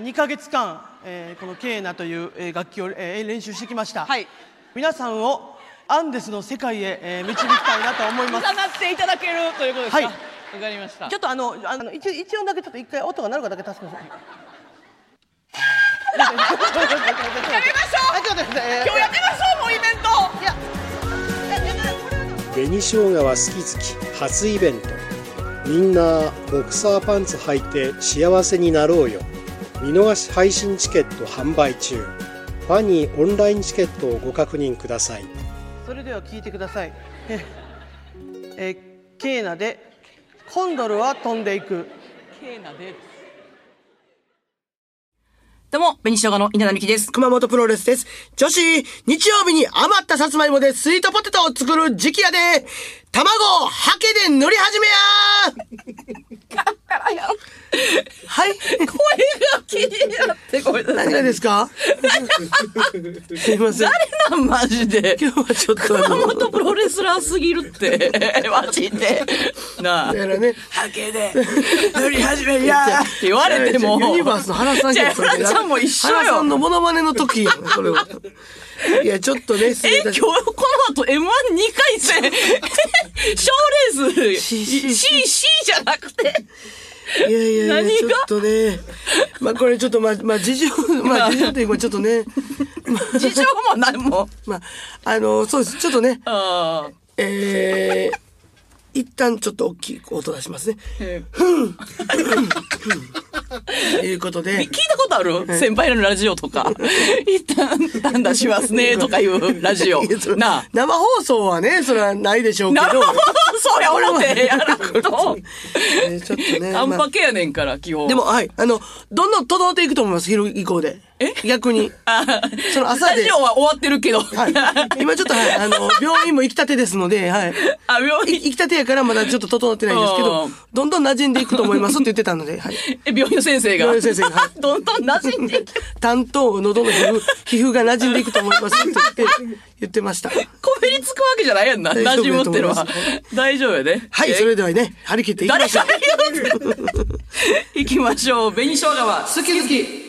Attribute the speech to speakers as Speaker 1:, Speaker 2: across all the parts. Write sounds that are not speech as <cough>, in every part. Speaker 1: 2ヶ月間、えーこのケーナという、えー楽器を、えー練習してきました、
Speaker 2: はい
Speaker 1: 皆さんをアンデスの世界へ、えー導きたいなと思い
Speaker 2: 重
Speaker 1: ます
Speaker 2: なっていただけるということですか
Speaker 1: はい
Speaker 2: わかりました
Speaker 1: <laughs> ちょっとあのあの一一音だけちょっと一回音が鳴るかだけ助けてくだ <laughs> さい
Speaker 2: やりましょう
Speaker 1: あちょっと待ってくださいえー
Speaker 2: 今日やってましょうもうイベント
Speaker 1: いや
Speaker 3: 紅生姜は好き好き初イベントみんなボクサーパンツ履いて幸せになろうよ見逃し配信チケット販売中ファニーオンラインチケットをご確認ください
Speaker 1: それでは聞いてください <laughs> えーえーケーナでコンドルは飛んでいく
Speaker 2: ケーナで
Speaker 4: どうも、紅生姜の稲田美希です。
Speaker 5: 熊本プロレスです。女子、日曜日に余ったさつまいもでスイートポテトを作る時期やで、卵をハケで塗り始めやはい
Speaker 4: 気になってごめんなさい。
Speaker 5: 何がですかすいません。
Speaker 4: 誰なんマジで。
Speaker 5: 今日はちょっとあ
Speaker 4: 熊
Speaker 5: の、
Speaker 4: 本プロレスラーすぎるって。
Speaker 5: <laughs>
Speaker 4: マジで。なあ
Speaker 5: だ。からね、
Speaker 4: ハケで塗り始めやーって言われても。
Speaker 5: ユニバースの原さん
Speaker 4: じゃあ、
Speaker 5: やそれ
Speaker 4: 原ちゃんも一緒よ。
Speaker 5: 原さんのモノマネの時やんそれは。いや、ちょっとね、失
Speaker 4: え、
Speaker 5: 礼い
Speaker 4: 今
Speaker 5: た
Speaker 4: 日
Speaker 5: し
Speaker 4: この後 M12 回
Speaker 5: <laughs>
Speaker 4: 戦、賞ーレース、
Speaker 5: C
Speaker 4: C、
Speaker 5: C
Speaker 4: C じゃなくて、
Speaker 5: いやいやいや、ち
Speaker 4: 何
Speaker 5: ょっ
Speaker 4: が
Speaker 5: とね、まあこれちょっとまあ、まあ事情、まあ事情というかちょっとね、
Speaker 4: 事情も何も。
Speaker 5: まあ、あの、そうです。ちょっとね、
Speaker 4: <laughs> あー
Speaker 5: えー、一旦ちょっと大きい音出しますね。
Speaker 4: え
Speaker 5: ということで
Speaker 4: 聞い、たことある先輩のラジオと
Speaker 5: <laughs>
Speaker 4: か。一旦、なんだしますね、とかいうラジオ
Speaker 5: <laughs> いやそ。れ
Speaker 4: なあ。
Speaker 5: 生放送はね、それはないでしょうけ
Speaker 4: なる
Speaker 5: ど
Speaker 4: ほ、ど、そうや、おら
Speaker 5: <laughs>
Speaker 4: て、やらんと。
Speaker 5: えーちょっとね、
Speaker 4: アン
Speaker 5: ま
Speaker 4: パケやねんから、基本。
Speaker 5: あ、でも、、はい、あの、どんどん整っていくと思います、昼以降で。
Speaker 4: え
Speaker 5: 逆に。その朝
Speaker 4: ラ
Speaker 5: で
Speaker 4: ジオは終わってるけど。 <laughs>
Speaker 5: はい。今ちょっと、はい、あの、病院も行きたてですので、はい。
Speaker 4: あ、病
Speaker 5: い
Speaker 4: 院、
Speaker 5: 生きたてやからまだちょっと整ってないですけ
Speaker 4: う
Speaker 5: ど
Speaker 4: ん、
Speaker 5: どんどん馴染んでいくと思いますって言ってたので、はい。
Speaker 4: え病院の先生が。
Speaker 5: 病院の先生がは
Speaker 4: <laughs> どんどん馴染んでいけ
Speaker 5: 担当喉の皮膚、皮膚が馴染んでいくと思いますって言って、言ってました。
Speaker 4: こべりつくわけじゃないやんな。
Speaker 5: 大
Speaker 4: 馴
Speaker 5: 丈夫
Speaker 4: 染むってのは
Speaker 5: だと思い。
Speaker 4: 大丈夫やね。
Speaker 5: はい、
Speaker 4: え
Speaker 5: それではね、張り切っていきま
Speaker 4: 誰
Speaker 5: しょう
Speaker 4: が。言うて行きましょう。紅生姜は好き好き。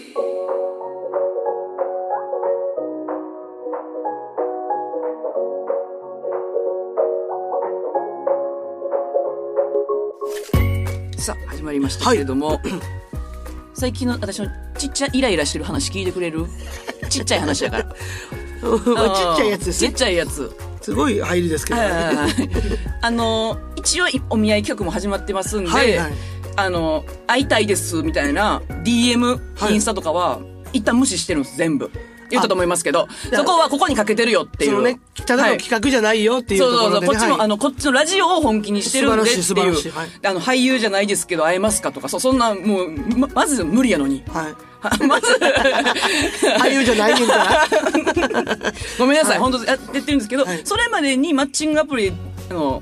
Speaker 4: さあ、始まりましたけれども、最近の私のちっちゃいイライラしてる話聞いてくれるちっちゃい話やから。
Speaker 5: <laughs>
Speaker 4: ち
Speaker 5: まあちっちゃいやつです
Speaker 4: ちっ
Speaker 5: ね。
Speaker 4: ちゃいやつ。
Speaker 5: すごい入りですけどね。は
Speaker 4: <laughs> あの一応お見合い企画も始まってますんで、
Speaker 5: いはい。
Speaker 4: あの会いたいですみたいな DM、
Speaker 5: はい
Speaker 4: インスタとかは一旦無視してるんです全部言ったと思いますけど
Speaker 5: あ
Speaker 4: そこはここにかけてるよっていう
Speaker 5: そのね、ただの企画じゃないよっていうと
Speaker 4: そうそうそ
Speaker 5: ころ
Speaker 4: う、
Speaker 5: で
Speaker 4: こ
Speaker 5: ね。
Speaker 4: っちも、
Speaker 5: は
Speaker 4: あ
Speaker 5: い
Speaker 4: の、こっちのラジオを本気にしてるんでっていう。
Speaker 5: 素晴らしい素晴らしい
Speaker 4: あの、俳優じゃないですけど、会えますかとか、そう、そんな、もう、ま、まず無理やのに。 <laughs>
Speaker 5: はい。
Speaker 4: まず、
Speaker 5: 俳優じゃない
Speaker 4: <laughs>
Speaker 5: んだ。
Speaker 4: ごめんなさい、本当やってるんですけど、
Speaker 5: はい
Speaker 4: それまでにマッチングアプリあの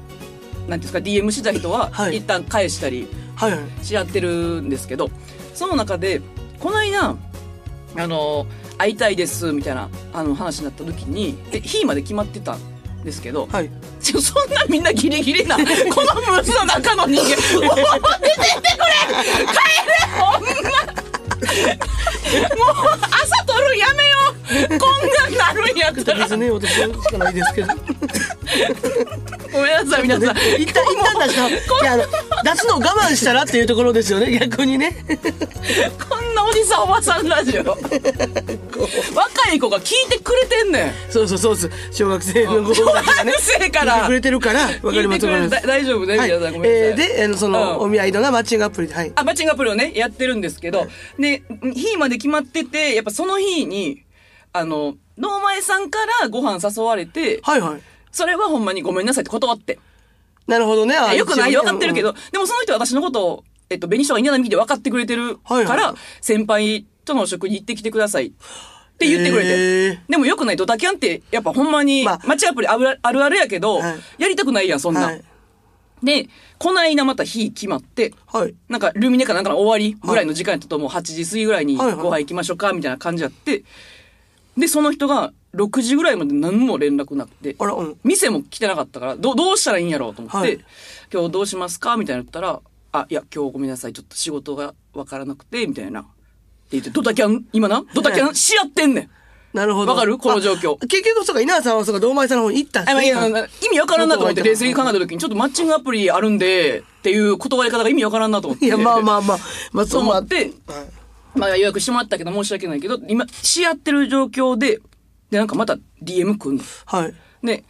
Speaker 4: なんていうんですか DM してた人は、
Speaker 5: はい
Speaker 4: 一旦返したり
Speaker 5: はいはい。
Speaker 4: し合ってるんですけどその中でこの間あの会いたいですみたいなあの話になった時にで日まで決まってたんですけど、
Speaker 5: はい。
Speaker 4: ちょそんなみんなギリギリなこのムズの中の人間もう出てってくれ帰れほんまもう朝取るんやめようこんなんなるんやったら
Speaker 5: 別にね、私しかないですけど。
Speaker 4: ごめんなさい <laughs> 皆 <laughs> さん
Speaker 5: 一旦、一旦出した。いや、あの、出すのを我慢したらっていうところですよね、逆にね。
Speaker 4: こんなおじさんおばさんラジオ <laughs> 若い子が聞いてくれてんねん
Speaker 5: そうそうそうです。小学生の子供たちがね。
Speaker 4: 小学生から
Speaker 5: 聞いてくれてるから、わかり
Speaker 4: 聞
Speaker 5: ま
Speaker 4: い
Speaker 5: す
Speaker 4: て
Speaker 5: わ
Speaker 4: く
Speaker 5: かり
Speaker 4: れ
Speaker 5: ま
Speaker 4: だ
Speaker 5: す。
Speaker 4: 大丈夫ね、
Speaker 5: はい、
Speaker 4: 皆さんごめんなさい、
Speaker 5: えーで、あの、その、
Speaker 4: うん
Speaker 5: お見合いのなマッチングアプリで、はい。
Speaker 4: あマッチングアプリをねやってるんですけど、で日まで決まっててやっぱその日にあの能前さんからご飯誘われて、
Speaker 5: はいはい。
Speaker 4: それはほんまにごめんなさいって断って。
Speaker 5: なるほどね。あ
Speaker 4: よくない
Speaker 5: 一
Speaker 4: よ、
Speaker 5: 応
Speaker 4: 分
Speaker 5: ね
Speaker 4: かってるけ
Speaker 5: う
Speaker 4: ど
Speaker 5: ん、
Speaker 4: でもその人は私のことを、えっと、紅生姜稲波で分かってくれてるから、
Speaker 5: はいはい
Speaker 4: 先輩とのお食に行ってきてくださいって言ってくれて。
Speaker 5: へー
Speaker 4: でもよくないドタキャンって、やっぱほんまに、
Speaker 5: まあ
Speaker 4: マッチアプリあるあるあるやけど、
Speaker 5: はい
Speaker 4: やりたくないやん、そんなん。
Speaker 5: はい。
Speaker 4: で、こないなまた日決まって、
Speaker 5: はい。
Speaker 4: なんかルミネかなんかの終わりぐらいの時間やったと思う、8時過ぎぐらいにご
Speaker 5: はいはい
Speaker 4: 飯行きましょうか、みたいな感じやって、で、その人が6時ぐらいまで何も連絡なくて、
Speaker 5: あら、うん。
Speaker 4: 店も来てなかったから、どう、どうしたらいいんやろうと思って、
Speaker 5: はい
Speaker 4: 今日どうしますかみたいなの言ったら、あ、いや、今日ごめんなさい、ちょっと仕事がわからなくて、みたいな。言って、ドタキャン、今な、ドタキャンし合ってんねん。
Speaker 5: なるほど。
Speaker 4: わかるこの状況
Speaker 5: あ結局、そうか、稲田さんはそうか、堂前さんの方に行ったんで
Speaker 4: あ
Speaker 5: す
Speaker 4: まあい
Speaker 5: ね。
Speaker 4: やあの意味わからんなと思って冷静に考えた時に、ちょっとマッチングアプリあるんで、っていう断り方が意味わからんなと思って。
Speaker 5: いや、まあまあまあ、まあ、
Speaker 4: と
Speaker 5: そう
Speaker 4: 思
Speaker 5: まあ
Speaker 4: っ、て、まあ予約してもらったけど申し訳ないけど、今、し合ってる状況で、で、なんかまた DM 来んの。
Speaker 5: はい。
Speaker 4: で、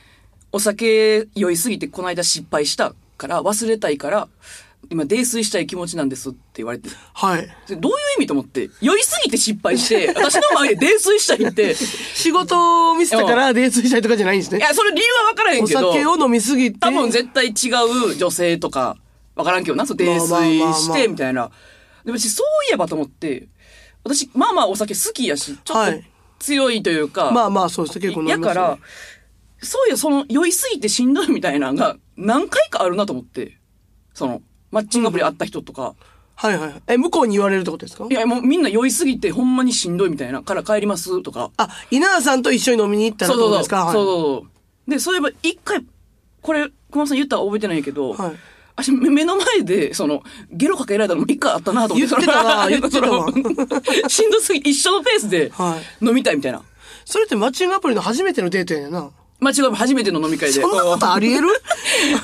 Speaker 4: お酒酔いすぎてこの間失敗したから、忘れたいから、今泥酔したい気持ちなんですって言われて。
Speaker 5: はい。
Speaker 4: でどういう意味と思って、酔いすぎて失敗して、私の前で泥酔したいって、
Speaker 5: 仕事を見せたから、泥酔したいとかじゃないんです
Speaker 4: い
Speaker 5: ね。
Speaker 4: や、それ理由は分からへん
Speaker 5: お
Speaker 4: けど。
Speaker 5: 酒を飲みすぎて。
Speaker 4: 多分絶対違う女性とか、わからんけどな、そう、泥
Speaker 5: まあまあま
Speaker 4: 酔
Speaker 5: あ
Speaker 4: して、みたいな。で、私、そういえばと思って、私、まあまあお酒好きやし、ちょっと
Speaker 5: はい
Speaker 4: 強いというか、
Speaker 5: まあまあ、そうですね。結構飲み
Speaker 4: や
Speaker 5: ますね
Speaker 4: から、、そういや、その、酔いすぎてしんどいみたいなのが、何回かあるなと思って、その、マッチングアプリ会った人とか、
Speaker 5: はいはいはい。え、向こうに言われるってことですか
Speaker 4: いや、もうみんな酔いすぎてほんまにしんどいみたいな、から帰りますとか、
Speaker 5: あ、稲田さんと一緒に飲みに行ったら
Speaker 4: そ
Speaker 5: っ
Speaker 4: う
Speaker 5: て
Speaker 4: そ
Speaker 5: こ
Speaker 4: うそう。そ
Speaker 5: とですか
Speaker 4: うそうそうで、そういえば、一回、これ、熊本さん言ったら覚えてないけど、
Speaker 5: はい
Speaker 4: 私、め目の前で、その、ゲロかけられたのも一回あったなと思って。
Speaker 5: 言ってたな
Speaker 4: <laughs> その
Speaker 5: 言ってた <laughs>
Speaker 4: しんどすぎて、一緒のペースで
Speaker 5: は、
Speaker 4: 飲みたいみたいな。
Speaker 5: それってマッチングアプリの初めてのデートやねんな。
Speaker 4: 間違い初めての飲み会で。
Speaker 5: そんなことあり
Speaker 4: <laughs>
Speaker 5: える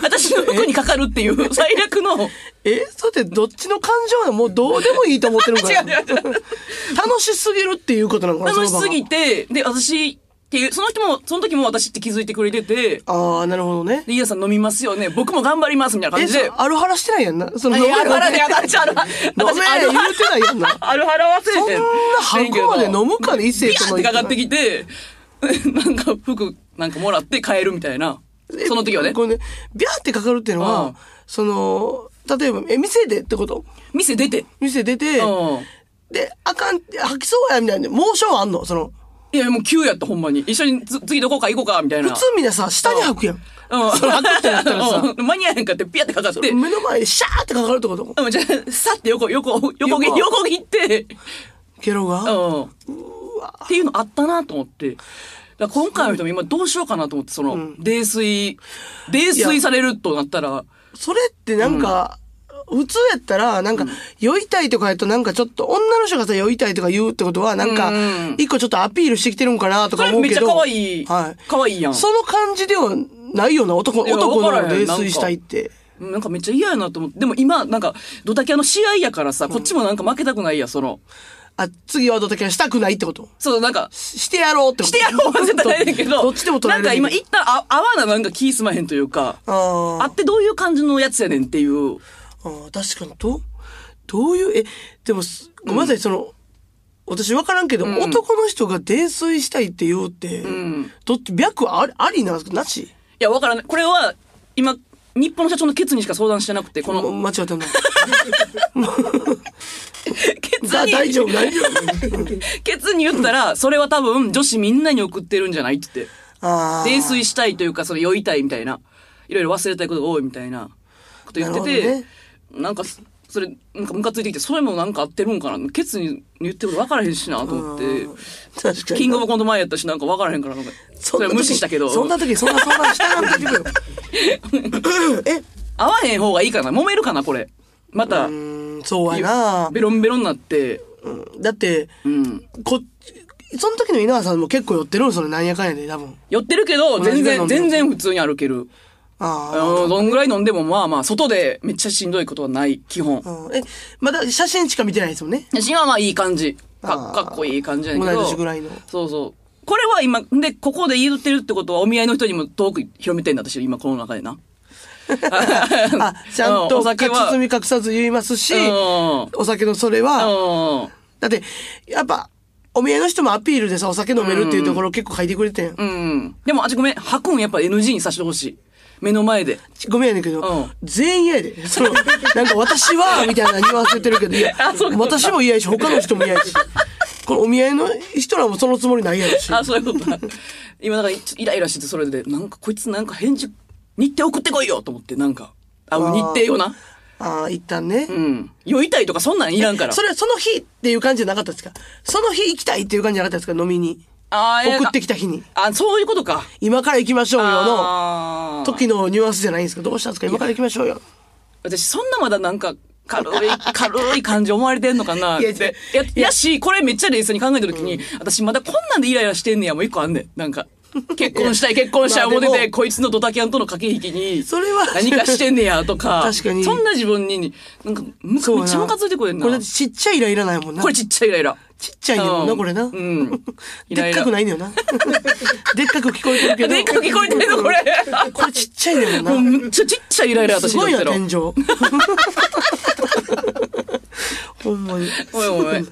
Speaker 4: 私の服にかかるって
Speaker 5: <laughs>
Speaker 4: いう、最悪の。
Speaker 5: えそれってどっちの感情なのもうどうでもいいと思ってるのか
Speaker 4: 違う
Speaker 5: な
Speaker 4: <laughs> 違う違う
Speaker 5: 楽しすぎるっていうことなのかな
Speaker 4: 楽しすぎ
Speaker 5: て。
Speaker 4: て、で、私っていう、その人も、その時も私って気づいてくれてて、
Speaker 5: ああ、なるほどね。
Speaker 4: で、イヤさん飲みますよね。僕も頑張ります、みたいな
Speaker 5: え、
Speaker 4: 感じで
Speaker 5: そう。アルハラしてないやんな。そ
Speaker 4: あ
Speaker 5: の
Speaker 4: いやあるはらで、
Speaker 5: 飲
Speaker 4: 私あるはら。
Speaker 5: め <laughs> 飲
Speaker 4: 私
Speaker 5: め
Speaker 4: あるはら
Speaker 5: 言うてないや
Speaker 4: <laughs>
Speaker 5: んな。
Speaker 4: あるはら忘れ
Speaker 5: そん
Speaker 4: て
Speaker 5: な半個まで飲むかね、異性
Speaker 4: ビ
Speaker 5: と
Speaker 4: ャー
Speaker 5: の。
Speaker 4: ってかかってきて、なんか服なんかもらって帰るみたいな。その時はね。
Speaker 5: これね、ビャーってかかるっていうの
Speaker 4: うん
Speaker 5: は、その、例えば、え、店でってこと
Speaker 4: 店出て。
Speaker 5: 店出て、
Speaker 4: うん
Speaker 5: で、あかん、吐きそうや、みたいな。モーションあんのその、
Speaker 4: いや、もう急やった、ほんまに。一緒につ次どこか行こうか、みたいな。
Speaker 5: 普通みんなさ、下に吐くやん。
Speaker 4: うん。
Speaker 5: それ吐くってなったらさ
Speaker 4: うん間に合えへんかって、ピャってかかって。
Speaker 5: 目の前でシャーってかかるってこと
Speaker 4: うんじゃあ、さって横、横、横切、
Speaker 5: 横
Speaker 4: 横切って。
Speaker 5: ゲロ
Speaker 4: う
Speaker 5: が
Speaker 4: ん。っていうのあったなと思って。だから今回の人も今どうしようかなと思って、その、泥酔、泥酔されるとなったら、
Speaker 5: それってなんか、普通やったら、なんか、酔いたいとかやとなんかちょっと、女の人がさ、酔いたいとか言うってことは、なんか
Speaker 4: うん、
Speaker 5: 一個ちょっとアピールしてきてるんかなと
Speaker 4: そ
Speaker 5: か
Speaker 4: れ
Speaker 5: 思う
Speaker 4: めっ
Speaker 5: け
Speaker 4: ち
Speaker 5: ど。
Speaker 4: ゃ可愛い。
Speaker 5: はい。
Speaker 4: 可愛いやん。
Speaker 5: その感じではないよな、男、
Speaker 4: いや
Speaker 5: 男
Speaker 4: わか
Speaker 5: の
Speaker 4: らへん
Speaker 5: 泥酔したいって。
Speaker 4: うんなんかめっちゃ嫌やなと思って。でも今、なんか、ドタキャンの試合やからさ、こっちもなんか負けたくないや、その。
Speaker 5: あ、次はドタキャンしたくないってこと。
Speaker 4: そう、なんか、
Speaker 5: ししてやろうってこと。
Speaker 4: してやろうは絶対ないねんけど。
Speaker 5: どっちでも取ら
Speaker 4: な
Speaker 5: れ
Speaker 4: んか
Speaker 5: る。
Speaker 4: 今、一旦あ、合わななんか気すまへんというか、
Speaker 5: あ
Speaker 4: あってどういう感じのやつやねんっていう。
Speaker 5: あああ確かにどうどういうえでもすごめんなさい、その私分からんけど、
Speaker 4: ん
Speaker 5: 男の人が泥酔したいって言うって、
Speaker 4: ん
Speaker 5: どっち白ありありなんですかなし
Speaker 4: いや、わからない。これは、今、日本の社長のケツにしか相談してなくて、こ
Speaker 5: も
Speaker 4: の、
Speaker 5: う間違っ
Speaker 4: <laughs>
Speaker 5: てない
Speaker 4: ケツ
Speaker 5: だ
Speaker 4: に、
Speaker 5: 大丈夫大丈夫
Speaker 4: <laughs> ケツに言ったら、それは多分、女子みんなに送ってるんじゃないって言って。
Speaker 5: ああ
Speaker 4: 泥酔したいというか、その酔いたいみたいな、いろいろ忘れたいことが多いみたいなこと言って
Speaker 5: なるほ
Speaker 4: て、
Speaker 5: どね
Speaker 4: なんか、それ、なんかムカついてきて、それもなんか合ってるんかな。ケツに言ってること分からへんしな、と思って。
Speaker 5: 確かに
Speaker 4: キングオブコント前やったし、なんか分からへんから、なんか、そ
Speaker 5: ん
Speaker 4: れは
Speaker 5: な時
Speaker 4: 無視したけど、
Speaker 5: そんな時そんなそんなしたらんとよえ
Speaker 4: 合わへん方がいいかな。揉めるかな、これ。また、
Speaker 5: うんそうやな
Speaker 4: ベロンベロンになって、
Speaker 5: うんだって
Speaker 4: うん。
Speaker 5: こその時の稲葉さんも結構寄ってるんそれなんやかんやで多分
Speaker 4: 酔ってるけど、
Speaker 5: 同
Speaker 4: 全
Speaker 5: じぐらい
Speaker 4: 然、
Speaker 5: 飲んでる
Speaker 4: 全然普通に歩ける。
Speaker 5: ああ
Speaker 4: うん、どんぐらい飲んでも、まあまあ、外でめっちゃしんどいことはない、基本。
Speaker 5: うんえ、まだ写真しか見てないですもんね。
Speaker 4: 写真はまあいい感じ。
Speaker 5: あ
Speaker 4: か
Speaker 5: ー
Speaker 4: かっこいい感じやねんけど。
Speaker 5: 同い年ぐらいの
Speaker 4: そうそう。これは今、で、ここで言ってるってことは、お見合いの人にも遠く広めてんだ、私、今この中でな。
Speaker 5: <laughs> あ、ちゃん
Speaker 4: う
Speaker 5: と
Speaker 4: お酒は
Speaker 5: 包み隠さず言いますし、
Speaker 4: うん
Speaker 5: お酒のそれ
Speaker 4: う
Speaker 5: は、
Speaker 4: ん。
Speaker 5: だって、やっぱ、お見合いの人もアピールでさ、お酒飲めるっていうところ結構書いてくれてんやん。
Speaker 4: うん。でも、あちごめん、吐くんやっぱ NG にさせてほしい。目の前で。
Speaker 5: ごめんやねんけど、
Speaker 4: うん
Speaker 5: 全員嫌やで。その、なんか私は、みたいなニュアンス言ってるけど、いや
Speaker 4: <laughs> あそう、か
Speaker 5: 私も嫌やし、他の人も嫌やし。このお見合いの人らもそのつもりないやろし。
Speaker 4: あ、そういうことだ。今、だから、ちょっとイライラしてて、それで、なんか、こいつなんか返事、日程送ってこいよと思って、なんか。あ、もう日程よな。
Speaker 5: ああ、一旦ね。
Speaker 4: うん。酔いたいとか、そんなんいらんから。
Speaker 5: それはその日っていう感じじゃなかったですかその日行きたいっていう感じじゃなかったですか飲みに。
Speaker 4: あー
Speaker 5: 送ってきた日に。
Speaker 4: あ、そういうことか。
Speaker 5: 今から行きましょうよの
Speaker 4: あー
Speaker 5: 時のニュアンスじゃないんですかどうしたんですか今から行きましょうよ。
Speaker 4: 私そんなまだなんか軽い、 <laughs> 軽い感じ思われてんのかなっ
Speaker 5: いや
Speaker 4: て。や、やし、これめっちゃ冷静に考えたときに、私まだこんなんでイライラしてんねや、もう一個あんねん。なんか、結婚したい、結婚したい
Speaker 5: まあ
Speaker 4: 思
Speaker 5: で
Speaker 4: って
Speaker 5: も
Speaker 4: て、こいつのドタキャンとの駆け引きに、
Speaker 5: それは
Speaker 4: 何かしてんねや、とか。
Speaker 5: 確かに
Speaker 4: そんな自分に、なんか、む
Speaker 5: そうや
Speaker 4: めっちゃムカついてこれんな。
Speaker 5: これだってちっちゃいイライラないもんな。
Speaker 4: これちっちゃいイライラ。
Speaker 5: ちっちゃいねんもんな、
Speaker 4: うん
Speaker 5: これな。
Speaker 4: うんイラ
Speaker 5: <laughs> で
Speaker 4: イ
Speaker 5: っ
Speaker 4: ラ
Speaker 5: かくないんだよな。でっかく聞こえてるけど。
Speaker 4: でっかく聞こえてるのこれ
Speaker 5: <laughs> これちっちゃいねんも
Speaker 4: もうん
Speaker 5: な。
Speaker 4: むっちゃちっちゃいイライラ、私
Speaker 5: すごい
Speaker 4: に
Speaker 5: な、
Speaker 4: とっての
Speaker 5: 天井。 <laughs> ほんまに。
Speaker 4: おいおいおい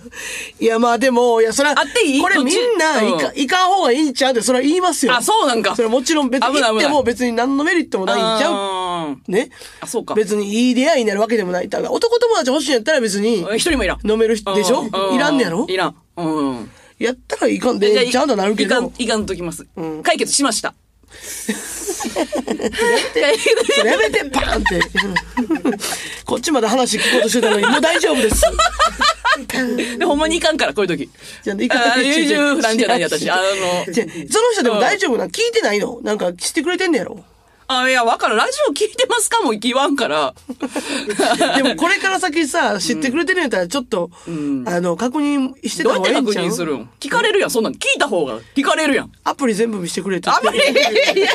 Speaker 5: いや、まあでも、いや、それは、
Speaker 4: あっていい
Speaker 5: これ
Speaker 4: どっ
Speaker 5: み
Speaker 4: ち
Speaker 5: んな、
Speaker 4: うん
Speaker 5: いか、いかん方がいいんちゃうって、それは言いますよ。
Speaker 4: あ、そうなんか。
Speaker 5: それはもちろん別に
Speaker 4: 危ない
Speaker 5: 行
Speaker 4: 危ない
Speaker 5: っても別に何のメリットもないんちゃう
Speaker 4: ゃう
Speaker 5: ね。
Speaker 4: あ、そうか。
Speaker 5: 別にいい出会いになるわけでもない。だから男友達欲しいんやったら別に、
Speaker 4: え一人もいらん。
Speaker 5: 飲める人でしょ
Speaker 4: う
Speaker 5: いらんねやろ
Speaker 4: いらん。うん。
Speaker 5: やったらいかんで、ちゃんとなるけ
Speaker 4: いかん
Speaker 5: ど。、
Speaker 4: いかんときます
Speaker 5: うん。
Speaker 4: 解決しました。
Speaker 5: それやめて、パーンって。 <laughs> こっちまで話聞こうとしてたのに、もう大丈夫です。
Speaker 4: <laughs> で、ほんまにいかんから、こういう時。
Speaker 5: じゃあいかん
Speaker 4: あー優柔不断じゃない私あの
Speaker 5: じゃあその人でも大丈夫な、聞いてないのなんか、してくれてんねやろ
Speaker 4: あ、いや、わからん。ラジオ聞いてますかも言わん
Speaker 5: <laughs>
Speaker 4: から。
Speaker 5: でもこれから先さ、知ってくれてるんやったら、ちょっと、あの、確認して
Speaker 4: ど
Speaker 5: た
Speaker 4: うや
Speaker 5: 方
Speaker 4: っ
Speaker 5: が
Speaker 4: て確
Speaker 5: いいんちゃう
Speaker 4: 認するん聞かれるやん。そんなん聞いた方が聞かれるやん。
Speaker 5: アプリ全部見せてくれって。
Speaker 4: あ
Speaker 5: <laughs>
Speaker 4: んまり、いやいやいやいや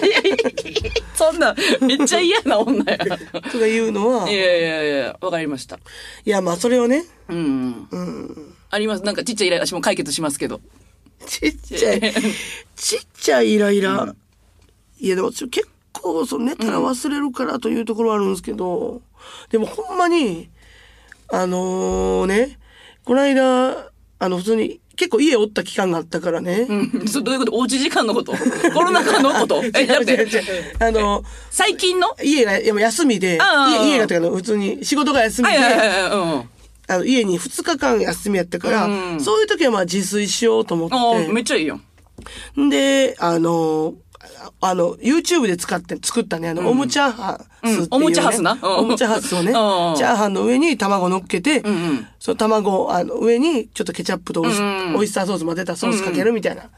Speaker 4: そんなん、めっちゃ嫌な女や。
Speaker 5: とか言うのは、
Speaker 4: い
Speaker 5: い
Speaker 4: やいやいや、わかりました。
Speaker 5: や、まあ、それをね、
Speaker 4: うん。あります。なんかちっちゃいイライラ、私も解決しますけど。
Speaker 5: ちっちゃい、ちっちゃいイライラ。いや、でも、ちょ結構、その、寝たら忘れるからというところはあるんですけど、でも、ほんまに、あのね、この間、あの、普通に、結構家おった期間があったからね。
Speaker 4: うん。そどういうことおうち時間のことコロナ禍のことえ、だっ
Speaker 5: <laughs> 違う
Speaker 4: て
Speaker 5: 違う、違うあの、
Speaker 4: 最近の
Speaker 5: 家が、いや休みで、
Speaker 4: ああ
Speaker 5: 家家がというか、普通に仕事が休み
Speaker 4: はいはいはい
Speaker 5: で、
Speaker 4: はい。うん
Speaker 5: あの家に2日間休みやったから、
Speaker 4: うん
Speaker 5: そういう時はまあ自炊しようと思
Speaker 4: あ
Speaker 5: っ、
Speaker 4: ー。めってちゃいいよ。
Speaker 5: で、あの、ああの、YouTube で使って、作ったね、あの、おむチャーハンスっていう、
Speaker 4: うん
Speaker 5: ね
Speaker 4: おむチャハスなうん
Speaker 5: おむチャーハスをね、チ
Speaker 4: うん
Speaker 5: ャーハンの上に卵乗っけて、
Speaker 4: んうん
Speaker 5: その卵をあの上にちょっとケチャップとオイス,、
Speaker 4: うん
Speaker 5: オイスターソース混ぜたソースかけるみたいな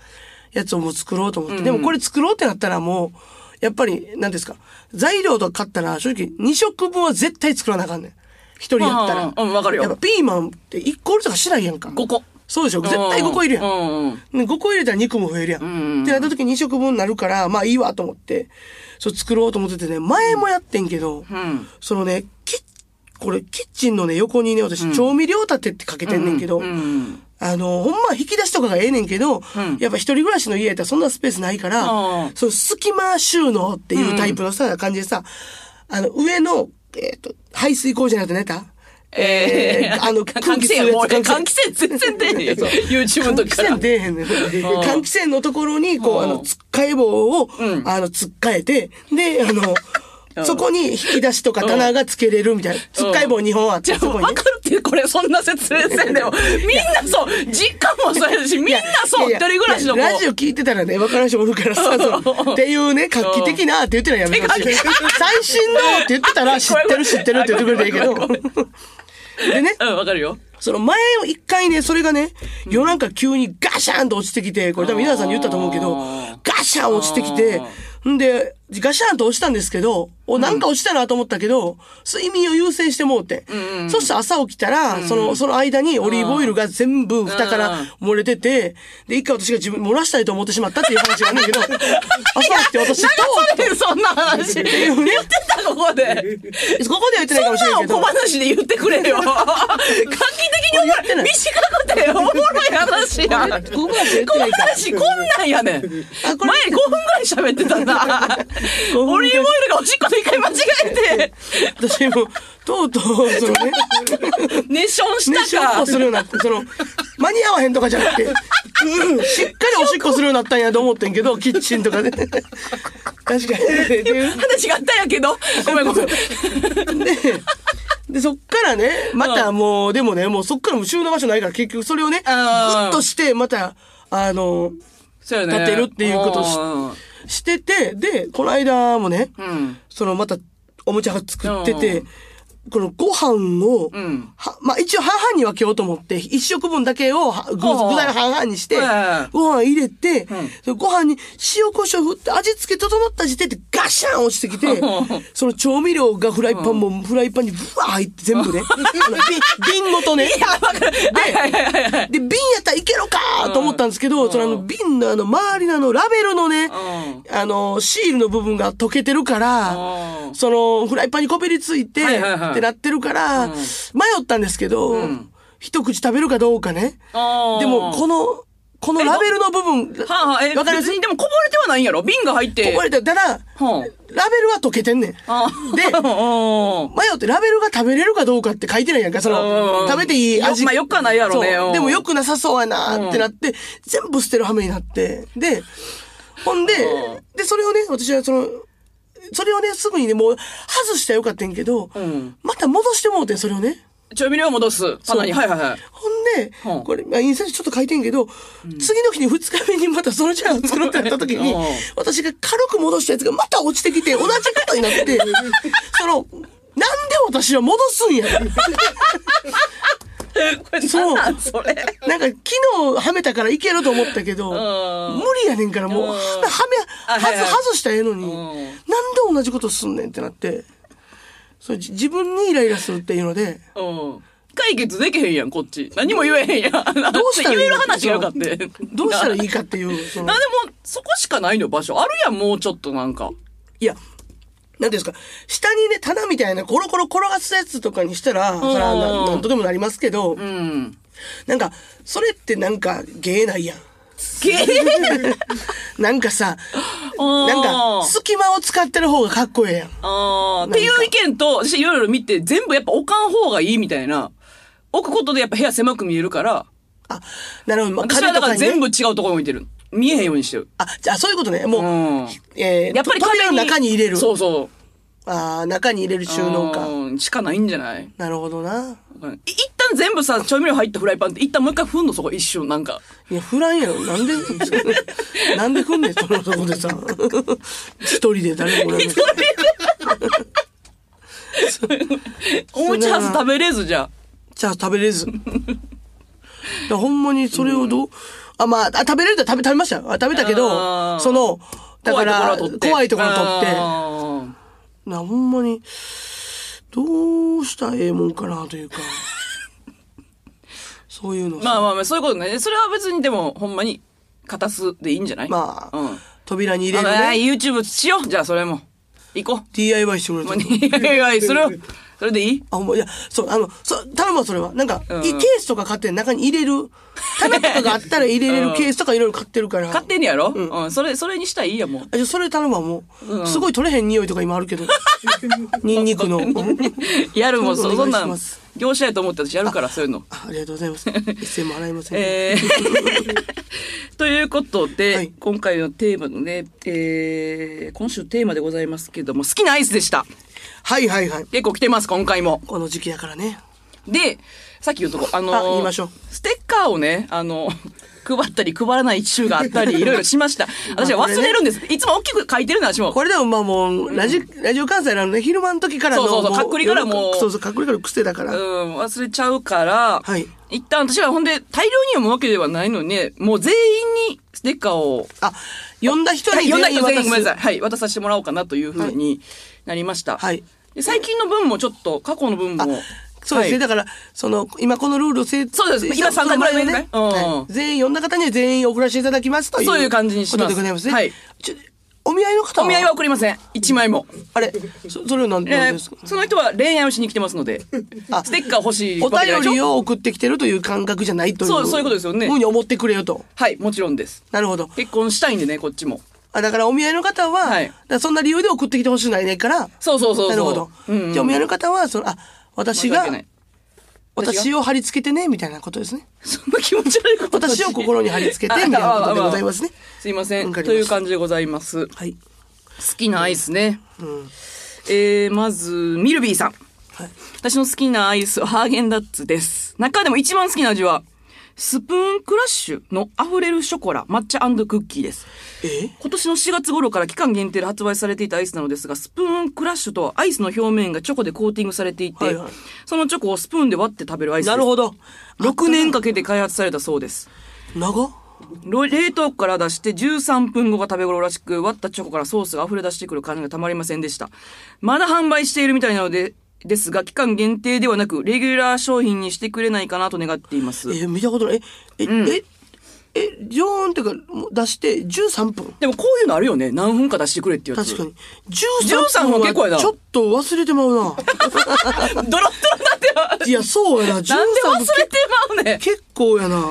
Speaker 5: やつをもう作ろうと思って、でもこれ作ろうってなったらもう、やっぱり、なんですか、材料とか買ったら正直2食分は絶対作らなあかんねん。一人やったら。
Speaker 4: うんうんわかるよ
Speaker 5: やっぱピーマンって1個おるとかしないやんか。
Speaker 4: 5個。
Speaker 5: そうでしょ絶対5個いるやん。
Speaker 4: うんうん。
Speaker 5: で5個入れたら肉も増えるやん。
Speaker 4: ん
Speaker 5: ってなった時に2食分になるから、まあいいわと思って、そう作ろうと思っててね、前もやってんけど、
Speaker 4: ん
Speaker 5: そのね、キッこれキッチンのね、横にね、私、調味料立てってかけてんねんけど、
Speaker 4: ん
Speaker 5: あの、ほんまは引き出しとかがええねんけど、
Speaker 4: ん
Speaker 5: やっぱ一人暮らしの家やったらそんなスペースないから、
Speaker 4: ああ
Speaker 5: その隙間収納っていうタイプのさ、感じでさ、あの、上の、えっ、と、排水口じゃなくてね、た
Speaker 4: えー、
Speaker 5: あ
Speaker 4: <laughs>
Speaker 5: の、空
Speaker 4: 換
Speaker 5: 気
Speaker 4: 気扇
Speaker 5: 吸うやつ
Speaker 4: もう
Speaker 5: 換
Speaker 4: 換
Speaker 5: 気
Speaker 4: 気扇全然出えへんやん。YouTube の
Speaker 5: 換
Speaker 4: 時
Speaker 5: 気
Speaker 4: から。
Speaker 5: 扇出えへんねん。換気扇のところに、こう、
Speaker 4: うん
Speaker 5: あの、つっかえ棒を、
Speaker 4: うん
Speaker 5: あの、つっかえて、で、あの、
Speaker 4: ん
Speaker 5: そこに引き出しとか棚がつけれるみたいな。つっかえ棒2本あっ
Speaker 4: じ
Speaker 5: て、
Speaker 4: ゃ
Speaker 5: そ
Speaker 4: あ、
Speaker 5: こ
Speaker 4: わ
Speaker 5: にね
Speaker 4: か。るって、これ、そんな説明せんでも、みんなそう、実家もそうやし、みんなそう、
Speaker 5: い
Speaker 4: 一
Speaker 5: やいや
Speaker 4: 人暮らしの
Speaker 5: い
Speaker 4: 子。
Speaker 5: やラジオ聞いてたらね、わからん人おるからさ、そのっていう
Speaker 4: <laughs>
Speaker 5: ね、画期的なって言ってないやめてほしい
Speaker 4: 手書き
Speaker 5: 最新のって言ってたら、知ってる知ってるって言ってくれていい
Speaker 4: <laughs>
Speaker 5: けど
Speaker 4: ごめん。
Speaker 5: でね、
Speaker 4: うん、わかるよ。
Speaker 5: その前を一回ね、それがね、夜中急にガシャンと落ちてきて、これ多分稲田さんに言ったと思うけど
Speaker 4: あ、
Speaker 5: ガシャン落ちてきて
Speaker 4: あ、
Speaker 5: んで、ガシャンと落ちたんですけど、お、なんか落ちたなと思ったけど、睡眠を優先してもうて。そして朝起きたら、その、その間にオリーブオイルが全部蓋から漏れてて、で、一回私が自分漏らしたいと思ってしまったっていう話があるん <laughs> だけど、朝起きて
Speaker 4: <laughs>
Speaker 5: 私、ど
Speaker 4: それそんな話。言ってた、ここで。
Speaker 5: うここでは言ってないか
Speaker 4: そ
Speaker 5: も
Speaker 4: ん
Speaker 5: し
Speaker 4: な
Speaker 5: れなんい
Speaker 4: を
Speaker 5: けど
Speaker 4: 小。話で言ってく
Speaker 5: <laughs>
Speaker 4: れよ。画期的におも
Speaker 5: ってな
Speaker 4: ろ
Speaker 5: い
Speaker 4: い。短くて、おもろい話や。
Speaker 5: ここまでやって
Speaker 4: こ
Speaker 5: ない
Speaker 4: ん
Speaker 5: か
Speaker 4: 話、こんなんやねん。前5分ぐらい喋ってたな。オリーブオイルがおしっこと一回間違えて、
Speaker 5: 私も、とうとう、そのね、
Speaker 4: ネション
Speaker 5: ね、
Speaker 4: し
Speaker 5: しょ
Speaker 4: た
Speaker 5: っ
Speaker 4: か
Speaker 5: こ。するようになって、その、間に合わへんとかじゃなくて、うんしっかりおしっこするようになったんやと思ってんけど、キッチンとかで。確かに。で、
Speaker 4: 話があったんやけど、ごめんごめん。
Speaker 5: でそっからね、またもう、でもね、もうそっからもう収納場所ないから、結局それをね、グ
Speaker 4: あー
Speaker 5: ッとして、また、あの、
Speaker 4: そうやね
Speaker 5: 立てるっていうことをししてて、で、この間もね、
Speaker 4: うん。
Speaker 5: そのまた、おもちゃが作ってて、このご飯を、
Speaker 4: うん
Speaker 5: はまあ一応半々に分けようと思って、一食分だけをは具具
Speaker 4: ほうほう
Speaker 5: 材を半々にして
Speaker 4: ええ、
Speaker 5: ご飯入れて、
Speaker 4: ん
Speaker 5: そのご飯に塩コショウ振って味付け整った時点でガシャン落ちてきて
Speaker 4: ほう、
Speaker 5: その調味料がフライパンもフライパンにブワー入って全部ね、あのび
Speaker 4: <laughs>
Speaker 5: 瓶ごとね。で、瓶やったらいけるかと思ったんですけど、そのあの瓶のあの周りのあのラベルのね、あの、シールの部分が溶けてるから
Speaker 4: う、ん
Speaker 5: そのフライパンにこびりついて、
Speaker 4: はいはいはい
Speaker 5: ってなってるから、迷ったんですけど、一口食べるかどうかね。
Speaker 4: あー
Speaker 5: でも、この、このラベルの部分、
Speaker 4: はあ、はあ、え、
Speaker 5: わかりま
Speaker 4: 別
Speaker 5: す
Speaker 4: にでもこぼれてはないんやろ瓶が入って。
Speaker 5: こぼれてたら、ラ
Speaker 4: は
Speaker 5: ベルは溶けてんねん。
Speaker 4: あ。 <laughs>
Speaker 5: で
Speaker 4: あー
Speaker 5: 迷ってラベルが食べれるかどうかって書いてないやんか、そ
Speaker 4: うん
Speaker 5: の、食べていい味。
Speaker 4: よまあよくはないやろね
Speaker 5: そう
Speaker 4: うん
Speaker 5: でもよくなさそうやなってなって、全部捨てる羽目になって。で、ほんで
Speaker 4: うん、
Speaker 5: で、それをね、私はその、それをね、すぐにね、もう、外したらよかったんやけど、
Speaker 4: ん
Speaker 5: また戻してもうてん、それをね。
Speaker 4: 調味料を戻す。棚に。
Speaker 5: そう
Speaker 4: はいはいはい。
Speaker 5: ほんで、
Speaker 4: うん
Speaker 5: これ、まあ、インスタにちょっと書いてんけど、次の日に二日目にまたそのチャラを作ろうってなった時に
Speaker 4: <laughs> うん、
Speaker 5: 私が軽く戻したやつがまた落ちてきて、同じことにな
Speaker 4: <laughs>
Speaker 5: って、その、なんで私は戻すんや。
Speaker 4: これな
Speaker 5: そう
Speaker 4: んなんそれ。
Speaker 5: なんか、昨日はめたからいけると思ったけど、
Speaker 4: ん
Speaker 5: 無理やねんから、もう、
Speaker 4: うんあ
Speaker 5: はめ、は
Speaker 4: はいは
Speaker 5: ず、
Speaker 4: い
Speaker 5: 外したらええのに、
Speaker 4: ん
Speaker 5: なんで同じことすんねんってなって、そうじ自分にイライラするっていうの <laughs> で、
Speaker 4: うん。解決できへんやん、こっち。何も言えへんやん。ど
Speaker 5: うしたらいい
Speaker 4: 言える話がよかって。
Speaker 5: <laughs> どうしたらい
Speaker 4: い
Speaker 5: いかっていう、そ
Speaker 4: な、
Speaker 5: の
Speaker 4: なでも、そこしかないのよ場所。あるやん、もうちょっとなんか。
Speaker 5: いや、なんていうんですか、下にね、棚みたいなコロコロ転がすやつとかにしたら、それはななんとでもなりますけど、
Speaker 4: うん。
Speaker 5: なんか、それってなんか、芸ないやん。
Speaker 4: げえ
Speaker 5: なんかさ、なんか、隙間を使ってる方がかっこええやん。
Speaker 4: あーっていう意見と、私いろいろ見て、全部やっぱ置かん方がいいみたいな。置くことでやっぱ部屋狭く見えるから、
Speaker 5: あ、なるほど。まあ、
Speaker 4: 私は
Speaker 5: 壁
Speaker 4: だ
Speaker 5: と
Speaker 4: か
Speaker 5: からに、ね
Speaker 4: 全、部違うところに置いてる。見えへんようにしてる。
Speaker 5: あ、じゃあ、そういうことね。も
Speaker 4: う
Speaker 5: う、
Speaker 4: ん
Speaker 5: えー、
Speaker 4: やっぱり壁
Speaker 5: 扉の
Speaker 4: に
Speaker 5: 中に入れる。
Speaker 4: そうそう。
Speaker 5: ああ、中に入れる収納か。
Speaker 4: うんしかないんじゃない
Speaker 5: なるほどな。
Speaker 4: うんい一旦全部さ、調味料入ったフライパンって、一旦もう一回踏んの、そこ一瞬、なんか。
Speaker 5: いや、フランやろ。なんで、 <laughs> なんで来んねん、そのとこでさ。 <laughs> 一人で誰も来ない。
Speaker 4: <laughs> お餅はず食べれずじゃ。
Speaker 5: じゃあ食べれず。だからほんまにそれをどう、あ、まあ、あ食べれると食べ、食べましたよ。あ食べたけ
Speaker 4: あ
Speaker 5: ど、
Speaker 4: ー
Speaker 5: その、だから、怖いところ取って。
Speaker 4: あ
Speaker 5: な、ほんまに、どうしたらええもんかなと
Speaker 4: <laughs>
Speaker 5: いうか。そういうの
Speaker 4: ー
Speaker 5: さ
Speaker 4: まあまあまあ、そういうことね。それは別にでも、ほんまに、片すでいいんじゃない
Speaker 5: まあ、
Speaker 4: うん。
Speaker 5: 扉に入れ
Speaker 4: あ
Speaker 5: る
Speaker 4: のあ
Speaker 5: ね。
Speaker 4: YouTube しよう。じゃあ、それも。行こ
Speaker 5: DIY してもら
Speaker 4: う。
Speaker 5: っ
Speaker 4: も
Speaker 5: た
Speaker 4: う。 <laughs> いやいやいやそれを、それでいい
Speaker 5: あ、ほんま、いや、そう、あの、そう、頼むわ、それは。なんか、
Speaker 4: うん
Speaker 5: いいケースとか買って中に入れる。棚とかがあったら入れれ
Speaker 4: うん
Speaker 5: るケースとかいろいろ買ってるから。
Speaker 4: 買ってんねやろうん。それ、それにしたらいいや、もう。
Speaker 5: あ、じゃあそれ頼むわ、もう。すごい取れへん匂いとか今ある
Speaker 4: <laughs>
Speaker 5: けど。ニンニクの。
Speaker 4: やるもん、
Speaker 5: そ
Speaker 4: そうう
Speaker 5: そ
Speaker 4: そ
Speaker 5: うお
Speaker 4: ん
Speaker 5: 願
Speaker 4: な
Speaker 5: いしま
Speaker 4: ん
Speaker 5: す、
Speaker 4: 業者やと思って私やるから、そういうの。
Speaker 5: あありがとうございます。一銭も洗いません。
Speaker 4: え
Speaker 5: <laughs>
Speaker 4: ーということで、
Speaker 5: はい
Speaker 4: 今回のテーマのね、えー今週テーマでございますけども、好きなアイスでした。
Speaker 5: はいはいはい。
Speaker 4: 結構来てます、今回も。
Speaker 5: この時期だからね。
Speaker 4: で、さっき言うとこ、あの
Speaker 5: あ言いましょう
Speaker 4: ステッカーをね、あの、 <laughs> 配ったり配らない週があった
Speaker 5: <laughs>
Speaker 4: り、いろいろしました。私は忘れるんです。いつも大きく書いてるの、私も。
Speaker 5: これでもまあもう、ラジ、ラジオ関西なのね、昼間の時からの。
Speaker 4: そうそうそう
Speaker 5: も
Speaker 4: かっこいいからもう
Speaker 5: そうそう、かっこいいから癖だか
Speaker 4: う
Speaker 5: ら。
Speaker 4: ん、忘れちゃうから、
Speaker 5: はい
Speaker 4: 一旦私はほんで、大量に読むわけではないのに、もう全員にステッカーを
Speaker 5: あ、呼んだ人
Speaker 4: はい、
Speaker 5: に
Speaker 4: 読んだ
Speaker 5: 全
Speaker 4: 人
Speaker 5: 員
Speaker 4: 全
Speaker 5: 渡
Speaker 4: 員ごめんなさい。
Speaker 5: す。
Speaker 4: はい、渡させてもらおうかなというふうになりました。
Speaker 5: はい
Speaker 4: で最近の分もちょっと、過去の分も。
Speaker 5: そうですね。
Speaker 4: は
Speaker 5: だから、その、今このルールを制定
Speaker 4: そうです今参加ぐらいですねうん
Speaker 5: はい全員、呼んだ方には全員送らせていただきますという。
Speaker 4: そういう感じにします
Speaker 5: ことでございますね。
Speaker 4: はい
Speaker 5: ちょ。お見合いの方
Speaker 4: い。お見合いは送りません。一枚も。
Speaker 5: あれそそれは何
Speaker 4: え
Speaker 5: 何
Speaker 4: ー
Speaker 5: ですか
Speaker 4: その人は恋愛をしに来てますので、
Speaker 5: あ
Speaker 4: ステッカー欲しい
Speaker 5: お
Speaker 4: わけじゃないでしょ
Speaker 5: 便りを送ってきてるという感覚じゃないという。
Speaker 4: そうそういうことですよね
Speaker 5: ふうに思ってくれよと。
Speaker 4: はい、もちろんです。
Speaker 5: なるほど。
Speaker 4: 結婚したいんでね、こっちも。
Speaker 5: あだからお見合いの方は、
Speaker 4: はい
Speaker 5: だからそんな理由で送ってきてほしくないねんから。
Speaker 4: そうそうそうそう
Speaker 5: なるほど。
Speaker 4: うんうん
Speaker 5: じゃあお見合いの方は、その、あ、私
Speaker 4: 申し
Speaker 5: が
Speaker 4: 訳ない、私が
Speaker 5: 私を貼り付けてね、みたいなことですね。
Speaker 4: そんな気持ち悪いことだし
Speaker 5: 私を心に貼り付け
Speaker 4: <laughs>
Speaker 5: て
Speaker 4: あ
Speaker 5: みたいなことでございますね
Speaker 4: あああ <laughs> すいません。
Speaker 5: わかり
Speaker 4: と
Speaker 5: ました
Speaker 4: いう感じでございます。好
Speaker 5: はい。
Speaker 4: きなアイスね。えー、まず、ミルビーさん。
Speaker 5: はい。
Speaker 4: 私の好きなアイスはハーゲンダッツです。中でも一番好きな味は、スプーンクラッシュの溢れるショコラ抹茶クッキーです。
Speaker 5: え
Speaker 4: 今年の4月頃から期間限定で発売されていたアイスなのですが、スプーンクラッシュとはアイスの表面がチョコでコーティングされていて、
Speaker 5: はいはい
Speaker 4: そのチョコをスプーンで割って食べるアイスです。
Speaker 5: なるほど。
Speaker 4: 6年かけて開発されたそうです。
Speaker 5: 長っ
Speaker 4: ろ冷凍庫から出して13分後が食べ頃らしく、割ったチョコからソースが溢れ出してくる感じがたまりませんでした。まだ販売しているみたいなので、ですが、期間限定ではなく、レギュラー商品にしてくれないかなと願っています。
Speaker 5: え、見たことない。え、え、え、え、ジョーンってか、もう出して13分。
Speaker 4: でもこういうのあるよね。何分か出してくれっていうやつ。
Speaker 5: 確かに。
Speaker 4: 13
Speaker 5: 13
Speaker 4: 分
Speaker 5: 分
Speaker 4: は
Speaker 5: は
Speaker 4: 結構やな
Speaker 5: ちょっと忘れてまう
Speaker 4: ド
Speaker 5: な。 <laughs>
Speaker 4: ロッドロになってる <laughs>
Speaker 5: いや、そうやな。13
Speaker 4: なんで忘れ
Speaker 5: 分
Speaker 4: てま <laughs> うねん。
Speaker 5: 結構やな。確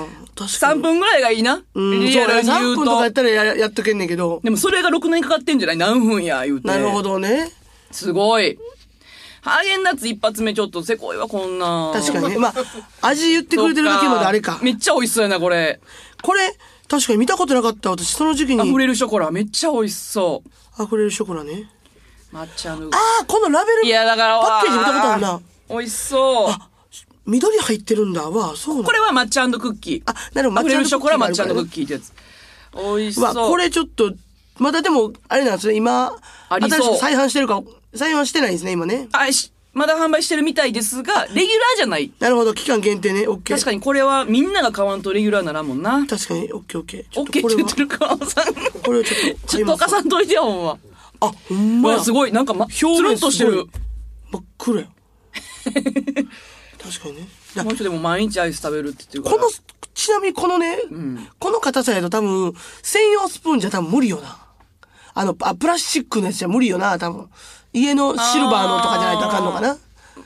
Speaker 5: か
Speaker 4: 3
Speaker 5: に。
Speaker 4: 分ぐらいがいいな。
Speaker 5: うん、
Speaker 4: リ
Speaker 5: そ
Speaker 4: ア
Speaker 5: うや
Speaker 4: ルに
Speaker 5: 3
Speaker 4: 言う
Speaker 5: 分とかやっ
Speaker 4: と。
Speaker 5: たらややっとけんねんけど。
Speaker 4: でもそれが6年かかってんじゃない何分や、言うて。
Speaker 5: なるほ。どね。
Speaker 4: すごい。ハーゲンダッツ一発目ちょっとせこいわ、こんな。
Speaker 5: 確か
Speaker 4: そっ
Speaker 5: にね。まあ、味言ってくれてるだけまであれか。
Speaker 4: めっちゃ美味しそうやな、これ。
Speaker 5: これ、確かに見たことなかった。私、その時期に
Speaker 4: 溢れるショコラ、めっちゃ美味しそ
Speaker 5: 溢れるショコラね。
Speaker 4: う。抹茶の。
Speaker 5: ああ、このラベル。
Speaker 4: いや、だから、
Speaker 5: パッケージ見たことある
Speaker 4: わ
Speaker 5: な。
Speaker 4: ー。美味しそう。
Speaker 5: 緑入ってるんだ。わあ、そうなん
Speaker 4: これは抹茶クッキー。
Speaker 5: あなるほど
Speaker 4: 溢れるショコラ、抹
Speaker 5: 抹
Speaker 4: 茶
Speaker 5: 茶
Speaker 4: ク
Speaker 5: ク
Speaker 4: ッ
Speaker 5: ッ
Speaker 4: キーってやつ。美味し
Speaker 5: うわ、
Speaker 4: そう。
Speaker 5: これちょっと、まだでも、あれなんですね。今、
Speaker 4: ありそう
Speaker 5: 新しく再販してるか、再販してないですね、今ね。
Speaker 4: あしまだ販売してるみたいですが、レギュラーじゃない。
Speaker 5: なるほど、期間限定ね。オッケー。
Speaker 4: 確かにこれはみんなが買わんとレギュラーならんもんな。
Speaker 5: 確かに。オッケーオッケー。ち
Speaker 4: オ
Speaker 5: ょ
Speaker 4: ッケーっ
Speaker 5: こ
Speaker 4: て
Speaker 5: れ
Speaker 4: 言
Speaker 5: は
Speaker 4: ってる川尾さん。
Speaker 5: これ <laughs> をちょっと。
Speaker 4: ちょっとお母さんといてよ、ほんま。
Speaker 5: あ、ほん
Speaker 4: う
Speaker 5: ま
Speaker 4: わ、
Speaker 5: や。
Speaker 4: すごい。なんか、ま、つるんとしてる。。
Speaker 5: 真っ黒や。確かにね。だ
Speaker 4: この人でも毎日アイス食べるって言ってる
Speaker 5: こ
Speaker 4: から
Speaker 5: の。、ちなみにこのね、この硬さやと多分、専用スプーンじゃ多分無理よな。あの、あプラスチックのやつじゃ無理よな、多分。家のシルバーのとかじゃないとあかんのかな。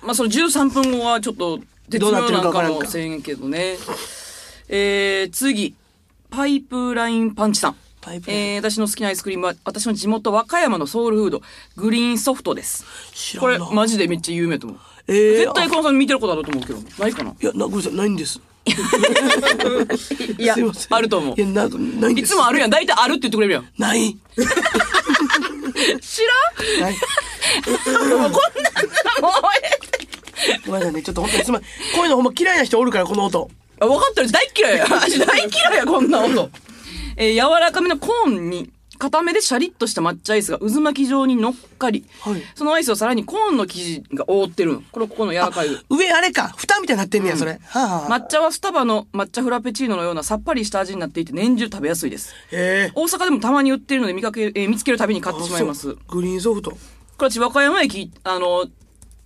Speaker 4: まあ、その13分後はちょっと、絶妙
Speaker 5: どうなって
Speaker 4: な
Speaker 5: るか
Speaker 4: ん
Speaker 5: わか
Speaker 4: から
Speaker 5: ん
Speaker 4: も
Speaker 5: か
Speaker 4: せんけどね。えー、次。パイプラインパンチさん。
Speaker 5: パイプライン
Speaker 4: えー、私の好きなアイスクリームは、私の地元和歌山のソウルフード、グリーンソフトです。
Speaker 5: 知
Speaker 4: こ
Speaker 5: ら
Speaker 4: れ
Speaker 5: んな。、
Speaker 4: マジでめっちゃ有名と思う。
Speaker 5: えー
Speaker 4: 絶対
Speaker 5: あ
Speaker 4: このさん見てることあると思うけど、ないかない
Speaker 5: や、な、ごめんなさい、ないんです。
Speaker 4: いや
Speaker 5: すいませ、ん
Speaker 4: あると思う
Speaker 5: い。や、な、ないんで
Speaker 4: い
Speaker 5: す。
Speaker 4: つもあるやん。大体あるって言ってくれるやん。
Speaker 5: ない。
Speaker 4: 知ら
Speaker 5: ない。
Speaker 4: ん
Speaker 5: <laughs>
Speaker 4: <laughs> もうこんなんなもう
Speaker 5: ごめんなさいね、ちょっと本当にすまん。こういうのほんま嫌いな人おるから、この音。
Speaker 4: あ分かってる大っ嫌
Speaker 5: <laughs>
Speaker 4: いや。私大っ嫌いや、こんな音。えー柔らかめのコーンに、固めでシャリッとした抹茶アイスが渦巻き状に乗っかり、
Speaker 5: はい
Speaker 4: そのアイスをさらにコーンの生地が覆ってるの。これ、ここの柔らかい部分。
Speaker 5: 上あれか、蓋みたいになってんねや、それ。はあはあ
Speaker 4: 抹茶はスタバの抹茶フラペチーノのようなさっぱりした味になっていて年中食べやすいです。
Speaker 5: へえ。
Speaker 4: 大阪でもたまに売ってるので見かけ、えー見つけるたびに買ってしまいま
Speaker 5: あそ
Speaker 4: す
Speaker 5: う。グリーンソフト。
Speaker 4: これ私和歌山駅、あの、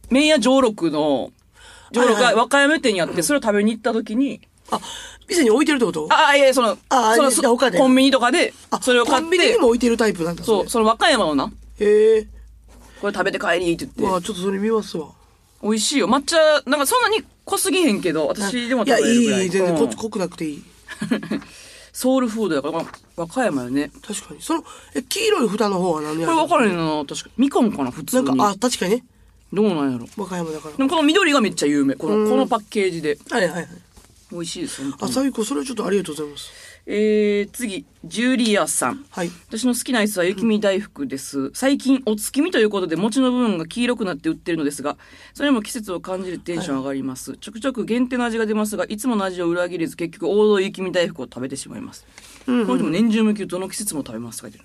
Speaker 4: 麺屋上六の、上六
Speaker 5: は
Speaker 4: が
Speaker 5: いはい
Speaker 4: 和歌山店にあって、それを食べに行った時に、
Speaker 5: あ、店に置いてるってこと
Speaker 4: ああ、いやいや、その、
Speaker 5: あ
Speaker 4: その
Speaker 5: いや他で
Speaker 4: コンビニとかで、それを買
Speaker 5: コ
Speaker 4: っ
Speaker 5: ンビニ
Speaker 4: て
Speaker 5: に、も置いてるタイプなんだ
Speaker 4: そう、
Speaker 5: れ
Speaker 4: その和歌山のな、
Speaker 5: へえ
Speaker 4: これ食べて帰りって言
Speaker 5: ま
Speaker 4: っ
Speaker 5: あ
Speaker 4: て、
Speaker 5: ちょっとそれ見ますわ
Speaker 4: 美味しいよ。抹茶、なんかそんなに濃すぎへんけど、私でも
Speaker 5: い
Speaker 4: 食べ
Speaker 5: やい
Speaker 4: れるぐらい。
Speaker 5: いいい全然
Speaker 4: う
Speaker 5: こ
Speaker 4: ん
Speaker 5: 濃くなくていい
Speaker 4: <laughs> ソウルフードやから、和歌山よね。
Speaker 5: 確かにそのえ黄色い蓋の方は何や
Speaker 4: これ分からへんな、確か。みかんかな、普通
Speaker 5: な
Speaker 4: に。
Speaker 5: んかあ確かにね
Speaker 4: どうなんやろ。
Speaker 5: 和歌山だから
Speaker 4: でもこの緑がめっちゃ有名。この、このパッケージで。
Speaker 5: はいはいはい
Speaker 4: 美味しいです、本当
Speaker 5: あ
Speaker 4: に
Speaker 5: 最高それはちょっとありがとうございます
Speaker 4: えー、次、ジュリアさん。
Speaker 5: はい
Speaker 4: 私の好きなアイスは雪見大福です。最近、お月見ということで、餅の部分が黄色くなって売ってるのですが、それも季節を感じるテンション上がります。ちょくちょく限定の味が出ますが、いつもの味を裏切れず、結局、王道雪見大福を食べてしまいます。この人も年中無休、どの季節も食べますって書いてる。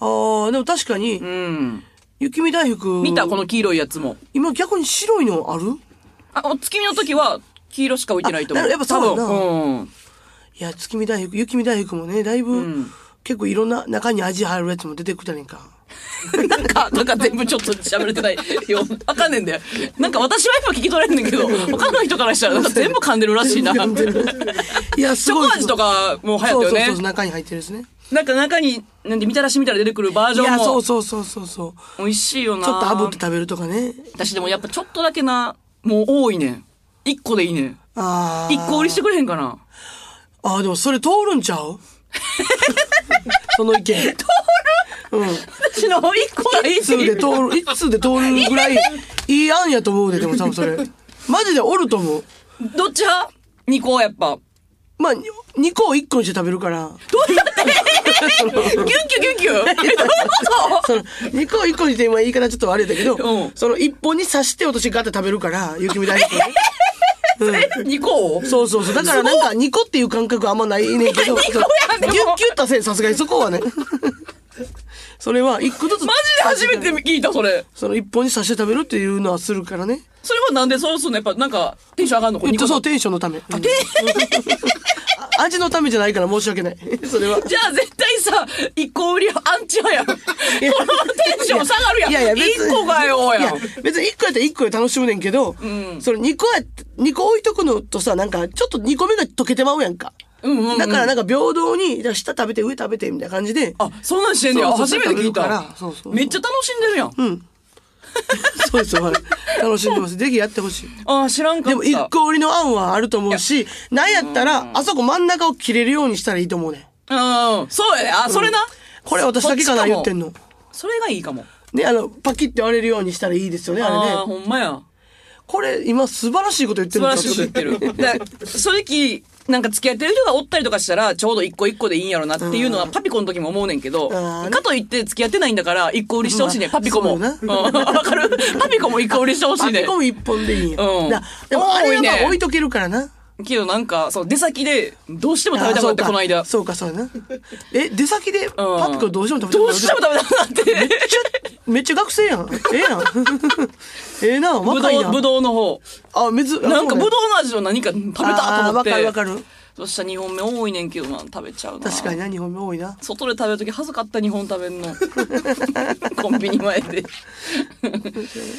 Speaker 5: あーでも確かに
Speaker 4: うん。
Speaker 5: 雪見大福
Speaker 4: 見たこの黄色いやつも。
Speaker 5: 今逆に白いのある
Speaker 4: あ、お月見の時は、黄色しか置いてないと思う。
Speaker 5: あなるやっぱそうやな
Speaker 4: 多分うん。
Speaker 5: いや月見大福雪見大福もねだいぶ、
Speaker 4: ん
Speaker 5: 結構いろんな中に味入るやつも出てくたねんか
Speaker 4: なんか、なんか全部ちょっと喋れてない <laughs> よ。あかんねんだよ。なんか私は今聞き取れんねんけど、他の人からしたらなんか全部噛んでるらしいな。チョ
Speaker 5: いやすごい
Speaker 4: コ味とかもう流行
Speaker 5: そう
Speaker 4: った
Speaker 5: そう
Speaker 4: よ
Speaker 5: そう
Speaker 4: ね。
Speaker 5: 中に入ってるですね
Speaker 4: なんか中に、なんでみたらしみたいなの出てくるバー
Speaker 5: い
Speaker 4: ジョン
Speaker 5: やそ
Speaker 4: も
Speaker 5: うそうそうそうそ
Speaker 4: 美
Speaker 5: う
Speaker 4: 味しいよな。
Speaker 5: ちょっと炙って食べるとかね
Speaker 4: 私でもやっぱちょっとだけな、もう多いねん。一個でいいねん。
Speaker 5: ああ。
Speaker 4: 一個売りしてくれへんかな。
Speaker 5: ああ、でもそれ通るんち
Speaker 4: <laughs>
Speaker 5: ゃうその意見。通るうん。
Speaker 4: 私の一個がいい
Speaker 5: 一通で通る、一通で通るぐらい、いい案やと思うで、でも多分それ。マジでおると思う。
Speaker 4: どっち派二個やっぱ。
Speaker 5: まあ、に2個を1個にして食べるから。
Speaker 4: ギュンギュンギュンギュン。えどういうこ
Speaker 5: その、2個を1個にして今言い方ちょっと悪いだけど、
Speaker 4: うん <laughs>
Speaker 5: その1本に刺して落としてガッて食べるから、雪見大福をね。うん
Speaker 4: 2個
Speaker 5: そうそうそう。だからなんか、ニコっていう感覚あんまないねんけど。ギュッギュ
Speaker 4: でも
Speaker 5: ッとせん、さすがにそこ
Speaker 4: <laughs>
Speaker 5: はね。それは、一個ずつ。
Speaker 4: マジで初めて聞いた、それ。
Speaker 5: その一本に刺して食べるっていうのはするからね。
Speaker 4: それはなんでそうするのやっぱなんか、テンション上がるのこれ
Speaker 5: えっ
Speaker 4: 二
Speaker 5: と、
Speaker 4: 個
Speaker 5: そう、テンションのため。うんあ味のためじゃないから申し訳ない。それは。
Speaker 4: じゃあ絶対さ、一個売りアンチ派やん。こ
Speaker 5: いや
Speaker 4: のままテンション下がるやん。
Speaker 5: いやいや、別
Speaker 4: 一
Speaker 5: に
Speaker 4: 個がよ
Speaker 5: い
Speaker 4: やん。
Speaker 5: 別に1個やったら1個で楽しむねんけど、それ2個や、二個置いとくのとさ、なんか、ちょっと2個目が溶けてまうやんか。
Speaker 4: うんうんうん
Speaker 5: だからなんか平等に、じゃあ下食べて上食べてみたいな感じで、
Speaker 4: あ、そんなんしてんねや。あ
Speaker 5: そう
Speaker 4: 初
Speaker 5: そう
Speaker 4: めて聞い
Speaker 5: 食べる
Speaker 4: た
Speaker 5: からそうそう。そう
Speaker 4: めっちゃ楽しんでるやん。
Speaker 5: そうですよ、はい楽しんでます。ぜひやってほしい。
Speaker 4: あー、知らんか
Speaker 5: で
Speaker 4: っ
Speaker 5: も、
Speaker 4: た。
Speaker 5: 一個売りの案はあると思うし、なんやったら、あそこ真ん中を切れるようにしたらいいと思うねん。
Speaker 4: うん。そうやね。あ、それな。
Speaker 5: これ私だけかな、
Speaker 4: そっち
Speaker 5: 言ってんの。
Speaker 4: それがいいかも。
Speaker 5: ね、あの、パキって割れるようにしたらいいですよね、あれ
Speaker 4: ああー、ほ
Speaker 5: ね。
Speaker 4: んまや。
Speaker 5: これ、今、素晴らしいこと言って
Speaker 4: 素
Speaker 5: る
Speaker 4: 晴
Speaker 5: んで
Speaker 4: らしいこ
Speaker 5: す
Speaker 4: と言ってる。だから正直、なんか付き合ってる人がおったりとかしたら、ちょうど一個一個でいいんやろなっていうのはパピコの時も思うねんけど、
Speaker 5: あーね
Speaker 4: かといって付き合ってないんだから、一個売りしてほしいね、パピコも。うん
Speaker 5: まあ
Speaker 4: わ
Speaker 5: そうや
Speaker 4: かるパピコも一個売りしてほし
Speaker 5: パ
Speaker 4: いね
Speaker 5: キ。コも一本でいいんや。
Speaker 4: うん
Speaker 5: だでも、あれは
Speaker 4: 多い
Speaker 5: ま
Speaker 4: ね
Speaker 5: あ置いとけるからな。
Speaker 4: けどなんか、そう、出先で、どうしても食べたくなって、
Speaker 5: あ
Speaker 4: この間。
Speaker 5: そうか、そうかそうやな。え、出先でパピコどうしても食べ
Speaker 4: ど
Speaker 5: たくな
Speaker 4: う
Speaker 5: る
Speaker 4: しても食べたくなって。
Speaker 5: めっちゃ学生やん。ええやん。 <laughs> ええな、
Speaker 4: ぶ
Speaker 5: 若い
Speaker 4: ど
Speaker 5: な
Speaker 4: う、。ぶどうの方。
Speaker 5: あ、めず、
Speaker 4: なんかぶどう
Speaker 5: う
Speaker 4: の味の何か食べたと
Speaker 5: あー
Speaker 4: 思っ
Speaker 5: わか
Speaker 4: て。
Speaker 5: るわかる。
Speaker 4: そしたら2本目多いねんけどな、食べちゃうな。
Speaker 5: 確かにな、2本目多いな。
Speaker 4: 外で食べるとき恥ずかった日本食べんの <laughs> コンビニ前で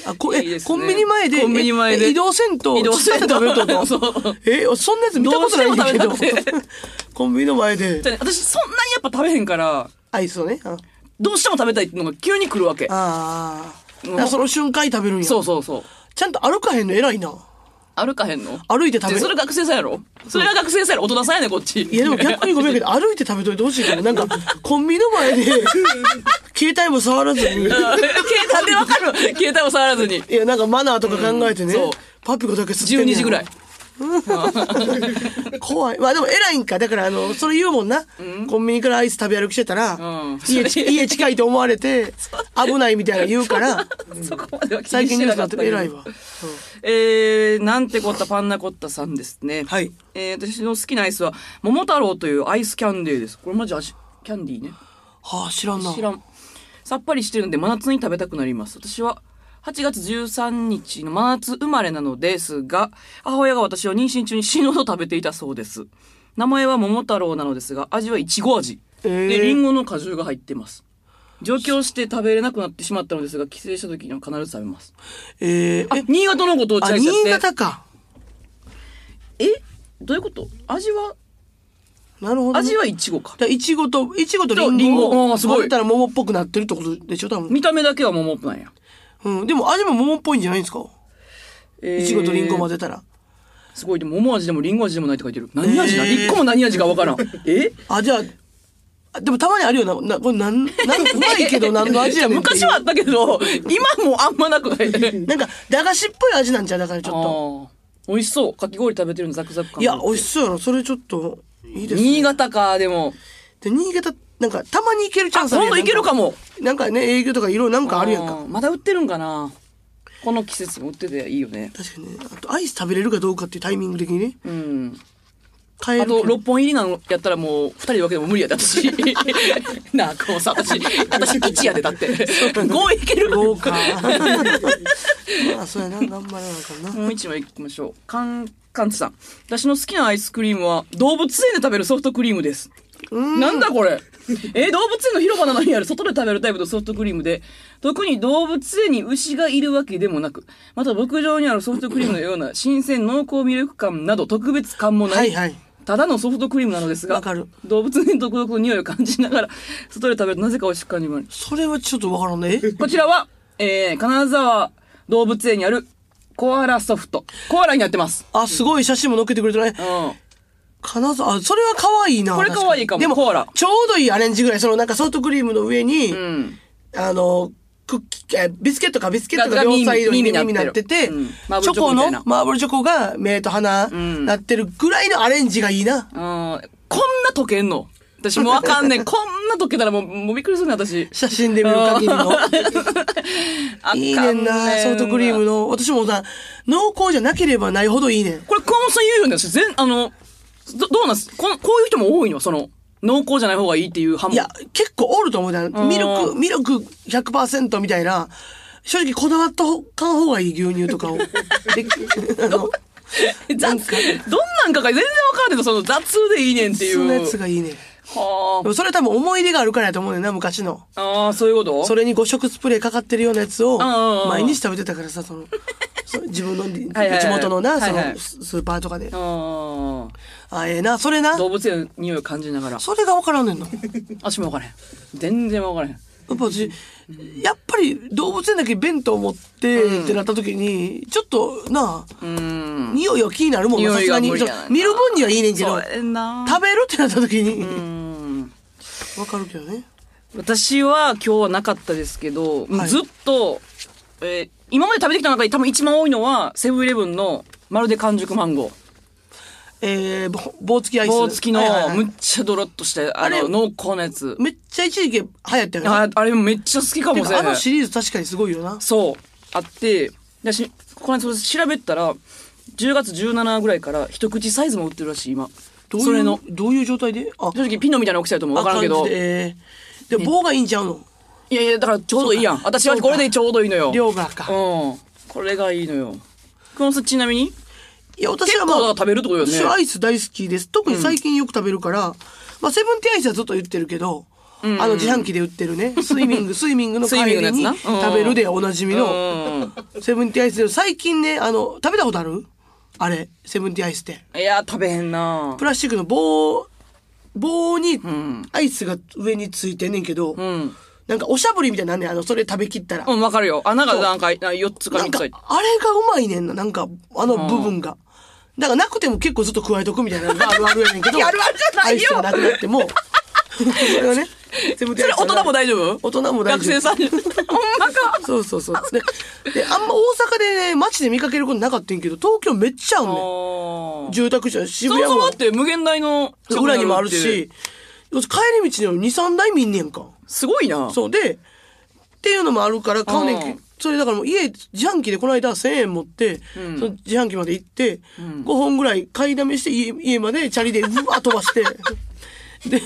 Speaker 5: あ、こ
Speaker 4: いいで
Speaker 5: え、
Speaker 4: すね
Speaker 5: コンビニ前で、
Speaker 4: コンビニ前で
Speaker 5: え移動せんと、
Speaker 4: 移動せんと
Speaker 5: ちっちゃいの食べると
Speaker 4: <laughs> そう
Speaker 5: え、そんなやつ見たことないんだけ
Speaker 4: ど
Speaker 5: ど
Speaker 4: うしても食べたく。
Speaker 5: <laughs> コンビニの前で
Speaker 4: <laughs> じ、ゃあね私そんなにやっぱ食べへんから
Speaker 5: アイスをね。あ
Speaker 4: どうしても食べたいっていうのが急に来るわけ
Speaker 5: あー。
Speaker 4: うん
Speaker 5: だからその瞬間に食べるんや。
Speaker 4: そうそうそう
Speaker 5: ちゃんと歩かへんの偉いな。
Speaker 4: 歩かへんの
Speaker 5: 歩いて食べ
Speaker 4: で
Speaker 5: る
Speaker 4: それ学生さんやろそれが学生さんやろ大人さんやねこっち
Speaker 5: いやでも逆にごめんけど、歩いて食べといてほしいかも。なんか、コンビニの
Speaker 4: <laughs>
Speaker 5: 前で、携帯も触らずに、
Speaker 4: <laughs> 携帯でわかる携帯を触らずに
Speaker 5: いや、なんかマナーとか考えてね、
Speaker 4: うんそう
Speaker 5: パピコだけ吸ってん
Speaker 4: 12
Speaker 5: ねん
Speaker 4: 時ぐらい。
Speaker 5: 怖い。まあでも偉いんか。だから、あの、それ言うもんな。コンビニからアイス食べ歩きしてたら、
Speaker 4: うん
Speaker 5: 家ち、家近いと思われて、危ないみたいな言うから、
Speaker 4: そこまでは気
Speaker 5: 最
Speaker 4: にし
Speaker 5: 近
Speaker 4: て
Speaker 5: ニ
Speaker 4: な
Speaker 5: ュースに
Speaker 4: か
Speaker 5: な
Speaker 4: っ
Speaker 5: って
Speaker 4: た
Speaker 5: る
Speaker 4: けど
Speaker 5: 偉いわ。
Speaker 4: えー、なんてこったパンナコッタさんですね。
Speaker 5: はい。
Speaker 4: えー、私の好きなアイスは、桃太郎というアイスキャンデーです。これマジ味、キャンディーね。
Speaker 5: はあ、知らんな。
Speaker 4: 知らん。さっぱりしてるので真夏に食べたくなります。私は8月13日の真夏生まれなのですが、母親が私を妊娠中に死ぬほど食べていたそうです。名前は桃太郎なのですが、味はいちご味。
Speaker 5: えー
Speaker 4: で、リンゴの果汁が入ってます。上京して食べれなくなってしまったのですが、帰省した時には必ず食べます。
Speaker 5: えー、
Speaker 4: あ
Speaker 5: え、、
Speaker 4: 新潟のことを
Speaker 5: あ、
Speaker 4: ちゃいちゃって。
Speaker 5: 新潟か。
Speaker 4: えどういうこと味は、
Speaker 5: なるほどね、
Speaker 4: 味はいちごか。
Speaker 5: だからいちごと、いちごとリン
Speaker 4: リン
Speaker 5: ゴ
Speaker 4: ゴあ
Speaker 5: を
Speaker 4: ーすごい
Speaker 5: 食べたら桃っぽくなってるってことでしょ、多分。
Speaker 4: 見た目だけは桃っぽなんや。
Speaker 5: うん、でも味も桃っぽいんじゃないんですかいちごとリンゴ混ぜたら。
Speaker 4: すごい、でも桃味でもリンゴ味でもないって書いてる。何味な
Speaker 5: えー
Speaker 4: 一、個も何味かわ
Speaker 5: <laughs>
Speaker 4: からん。え
Speaker 5: あ、じゃあ、あでもたまにあるよな。なこれなん、なんかうま
Speaker 4: <laughs>
Speaker 5: いけど何の味やねんっていう
Speaker 4: 昔はあったけど、今もあんまなく
Speaker 5: <laughs>
Speaker 4: ないち
Speaker 5: なんか、駄菓子っぽい味なんじゃうだからちょっと。
Speaker 4: ょっと。美味しそう。かき氷食べてるのザクザク感。
Speaker 5: いや、美味しそうやな。それちょっと、いいですね。
Speaker 4: 新潟か、でも。
Speaker 5: で新潟、なんか、たまに行けるチャンスある
Speaker 4: 今
Speaker 5: やん
Speaker 4: 度行けるかも。
Speaker 5: なんかね、営業とかいろいろなんかあるやんか。
Speaker 4: ーまだ売ってるんかな。この季節も売ってていいよね。
Speaker 5: 確かにね。あと、アイス食べれるかどうかっていうタイミング的にね。
Speaker 4: うん。
Speaker 5: 買え
Speaker 4: あ
Speaker 5: る
Speaker 4: と、
Speaker 5: けど
Speaker 4: 6本入りなのやったらもう、2人で分けても無理やで、
Speaker 5: <laughs>
Speaker 4: 私。なあ、こうさ、私、私1やで、だって。5いける。
Speaker 5: 豪
Speaker 4: <laughs>
Speaker 5: 華。まあ、そうやな。頑張らなあかんな。
Speaker 4: もう一枚行きましょう。カン、カンツさん。私の好きなアイスクリームは、動物園で食べるソフトクリームです。なんだこれ。え、動物園の広場なのにある外で食べるタイプのソフトクリームで、特に動物園に牛がいるわけでもなく、また牧場にあるソフトクリームのような新鮮濃厚ミルク感など特別感もない。
Speaker 5: はいはい
Speaker 4: ただのソフトクリームなのですが
Speaker 5: わかる、
Speaker 4: 動物園独特の匂いを感じながら、外で食べるとなぜか美味しく感じます。
Speaker 5: それはちょっとわからんね。え
Speaker 4: こちらは、えー、金沢動物園にあるコアラソフト。コアラになってます。
Speaker 5: あ、すごい写真も載っけてくれてね
Speaker 4: うん。。
Speaker 5: 金沢、あ、それは可愛いな。
Speaker 4: これ可愛いかも
Speaker 5: 確にで
Speaker 4: コーラ
Speaker 5: ちょうどいいアレンジぐらい、そのなんかソフトクリームの上に、
Speaker 4: ん
Speaker 5: あの、クッキー、えビスケットかビスケットが
Speaker 4: がが
Speaker 5: 両サイドに
Speaker 4: 耳
Speaker 5: 耳
Speaker 4: 耳に
Speaker 5: にな
Speaker 4: な
Speaker 5: っ
Speaker 4: ってて
Speaker 5: て、
Speaker 4: るうんマー
Speaker 5: チ
Speaker 4: ブル
Speaker 5: ョ
Speaker 4: チョコみ
Speaker 5: コ
Speaker 4: たいな
Speaker 5: の、マーブルチョコが目と鼻、
Speaker 4: ん
Speaker 5: なってるぐらいのアレンジがいいな。
Speaker 4: あーこんな溶けんの私もうあか
Speaker 5: <laughs>
Speaker 4: んねん。こんな溶けたらもう、もうびっくりするねん、私。
Speaker 5: 写真で見る限
Speaker 4: <laughs>
Speaker 5: りの。
Speaker 4: あかん
Speaker 5: いいねんな、ソフトクリームの。私もさ、濃厚じゃなければないほどいいねん。
Speaker 4: これ、熊本さん言うよね。私全、あの、どどうなんすこんこういう人も多いのその、濃厚じゃない方がいいっていう派も。
Speaker 5: いや、結構おると思うな。ミルク、ミルク100%みたいな、正直こだわったほ買う方がいい牛乳と
Speaker 4: <laughs>
Speaker 5: かを。であの、
Speaker 4: 雑、どんなんかが全然わかんないけど、その雑でいいねんっていう。
Speaker 5: そのやつがいいねん。で
Speaker 4: は
Speaker 5: もそれ多分思い出があるからやと思うねんな、昔の。
Speaker 4: あ。ああ、そういうこと
Speaker 5: それに5食スプレーかかってるようなやつを
Speaker 4: んうんうん
Speaker 5: 毎日食べてたからさ、その、そう自分の地
Speaker 4: はいはい
Speaker 5: 元のな、
Speaker 4: は
Speaker 5: そ
Speaker 4: いはい
Speaker 5: のススーパーとかで。
Speaker 4: あ
Speaker 5: あ、ええな、それな
Speaker 4: あ。。動物園の匂いを感じながら。
Speaker 5: それが分からんねんな。や
Speaker 4: 私もわからへん。全然わからへん。
Speaker 5: っぱ私、やっぱり動物園だけ弁当持ってってなった時に、ちょっとなあ、
Speaker 4: うん。
Speaker 5: 匂いは気になるもんなさ
Speaker 4: 匂い
Speaker 5: すが
Speaker 4: が
Speaker 5: に。
Speaker 4: 無理
Speaker 5: ちょ
Speaker 4: や
Speaker 5: っ
Speaker 4: な
Speaker 5: と見る分にはいいねんけど、食
Speaker 4: やな
Speaker 5: べるってなった時に、
Speaker 4: うん。
Speaker 5: わかるけどね。
Speaker 4: 私は今日はなかったですけど、
Speaker 5: はい
Speaker 4: ずっと、えー今まで食べてきた中で多分一番多いのは、セブンイレブンのまるで完熟マンゴー。
Speaker 5: えー、ぼ棒付きアイス。
Speaker 4: 棒付きの
Speaker 5: はいはいはい
Speaker 4: むっちゃドロッとして、あ
Speaker 5: あれ
Speaker 4: の、濃厚なやつ。
Speaker 5: めっちゃ一時期流行ったよね。
Speaker 4: ああれめっちゃ好きか
Speaker 5: て
Speaker 4: もし
Speaker 5: か
Speaker 4: れ
Speaker 5: あ
Speaker 4: な
Speaker 5: の
Speaker 4: い。
Speaker 5: シリーズ確かにすごいよな。
Speaker 4: そう。あって、だし、この間それ調べたら、10月17ぐらいから一口サイズも売ってるらしい、今。
Speaker 5: どういう
Speaker 4: それの、
Speaker 5: どういう状態であ、
Speaker 4: 正直ピノみたいな大きさやともわからんけど
Speaker 5: あ感。じでえーで、棒がいいんちゃうの
Speaker 4: いやいや、だからちょうどいいやん。私はこれでちょうどいいのよ。
Speaker 5: 量がか。
Speaker 4: うん。これがいいのよ。クロンスちなみに
Speaker 5: いや、私は
Speaker 4: 結構だから食べるってことよね
Speaker 5: 私はアイス大好きです。特に最近よく食べるから、まあ、セブンティーンアイスはずっと言ってるけど、あの自販機で売ってるね、スイミ
Speaker 4: <laughs>
Speaker 5: ング、スイミングの帰
Speaker 4: スイミング
Speaker 5: り
Speaker 4: の
Speaker 5: に
Speaker 4: やつなうん
Speaker 5: 食べるでおなじみ
Speaker 4: う
Speaker 5: の、セブンティーンアイスで、最近ね、あの、食べたことあるあれ、セブンティーンアイスって。
Speaker 4: いや、食べへんな
Speaker 5: プラスチックの棒、棒にアイスが上についてんねんけど、
Speaker 4: ん
Speaker 5: なんかおしゃぶりみたいになんねんあの、それ食べきったら。
Speaker 4: うん、わかるよ。穴がなんか、4つか
Speaker 5: なん
Speaker 4: 3つ
Speaker 5: か、あ
Speaker 4: 入
Speaker 5: れ
Speaker 4: って
Speaker 5: がうまいねんな、なんか、あの部分が。だからなくても結構ずっと加えとくみたいなのがあ
Speaker 4: <laughs>
Speaker 5: るあるやねんけど。
Speaker 4: いやあるあるじゃないよ
Speaker 5: アイスがなくなっ
Speaker 4: <laughs>
Speaker 5: ても。それはね。全部
Speaker 4: それ大人も大丈夫
Speaker 5: 大人も大
Speaker 4: 学
Speaker 5: 丈
Speaker 4: 生
Speaker 5: 夫。
Speaker 4: さん。 <laughs> ほんまか。
Speaker 5: そうそうそう。で、であんま大阪でね、街で見かけることなかったんやけど、東京めっちゃあん
Speaker 4: あ
Speaker 5: ねん。
Speaker 4: ー
Speaker 5: 住宅地は渋
Speaker 4: そも
Speaker 5: 谷
Speaker 4: そも
Speaker 5: も
Speaker 4: だって無限大の近く
Speaker 5: 裏にもあ
Speaker 4: っ
Speaker 5: る
Speaker 4: て
Speaker 5: し、帰り道には2、3台見んねんか。
Speaker 4: すごいな。
Speaker 5: そうで、っていうのもあるから買うねんけ
Speaker 4: うん
Speaker 5: それだからもう家、自販機でこの間1000円持って、その自販機まで行って、5本ぐらい買いだめして家家までチャリでうわー飛ばして、 <laughs> で、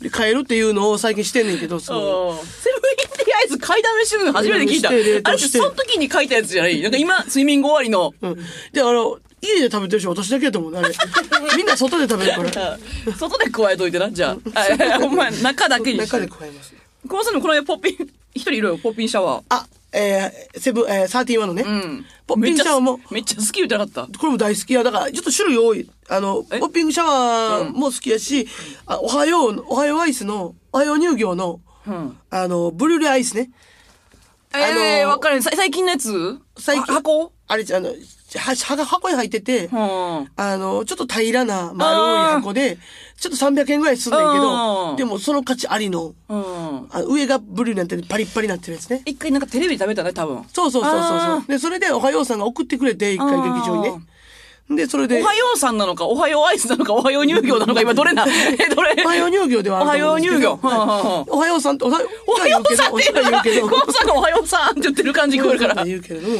Speaker 5: で買えるっていうのを最近してんねんけど、そう。
Speaker 4: うんセブンインディアイズ買いだめしてるの初めて聞いた。あ
Speaker 5: 買いだ
Speaker 4: れっ
Speaker 5: めして冷凍
Speaker 4: て
Speaker 5: して
Speaker 4: その時に書いたやつじゃないなんか今、スイミング終わり <laughs> の。
Speaker 5: うん。で、あの、家で食べてる人私だけやと思うね、あ
Speaker 4: <laughs>
Speaker 5: れ。みんな外で食べるから。
Speaker 4: うん外で加えといてな、じゃあ。あいやいやお前、中だけにして
Speaker 5: 中で。加えます。
Speaker 4: このさんのこの間ポッピン、一人いるよ、ポッピンシャワー。
Speaker 5: あ、えー、セブン、えー、31のね。
Speaker 4: うん。
Speaker 5: ポッピンシャワーも
Speaker 4: めっちゃ好き言ってなかった。
Speaker 5: これも大好きや。だから、ちょっと種類多い。あの、ポ
Speaker 4: え
Speaker 5: ッピングシャワーも好きやし、あおはよう、おはようアイスの、おはよう乳業の、
Speaker 4: うん。
Speaker 5: あの、ブリュレアイスね。
Speaker 4: ええ
Speaker 5: あ
Speaker 4: ー、
Speaker 5: の
Speaker 4: わかる。さ最近のやつ
Speaker 5: 最近
Speaker 4: は箱
Speaker 5: あれ、あの、ははが箱に入ってて、
Speaker 4: うん。
Speaker 5: あの、ちょっと平らな丸い箱で、ちょっと300円ぐらいすんねんけ
Speaker 4: う
Speaker 5: ど、
Speaker 4: ん
Speaker 5: でもその価値ありの、
Speaker 4: うん。
Speaker 5: あ上がブリュレになってパリッパリになってるやつね。
Speaker 4: 一回なんかテレビで食べたね、多分。
Speaker 5: そうそうそうそうそ
Speaker 4: あ
Speaker 5: う。で、それでおはようさんが送ってくれて、一回劇場にね。で、それで、
Speaker 4: おはようさんなのか、おはようアイスなのか、おはよう乳業なのか、今どれな <laughs> え、どれ
Speaker 5: <laughs> おはよう乳業ではあると思うんですけど。
Speaker 4: おはよう乳業
Speaker 5: はい
Speaker 4: はあはあ
Speaker 5: おはようさんと、おはよ
Speaker 4: おはようさん
Speaker 5: お
Speaker 4: って言う
Speaker 5: は
Speaker 4: か
Speaker 5: よ
Speaker 4: ら、
Speaker 5: うけど、おはようけど
Speaker 4: コウさんがおはようさんって言ってる感じ聞こえるから。
Speaker 5: 言うけれども、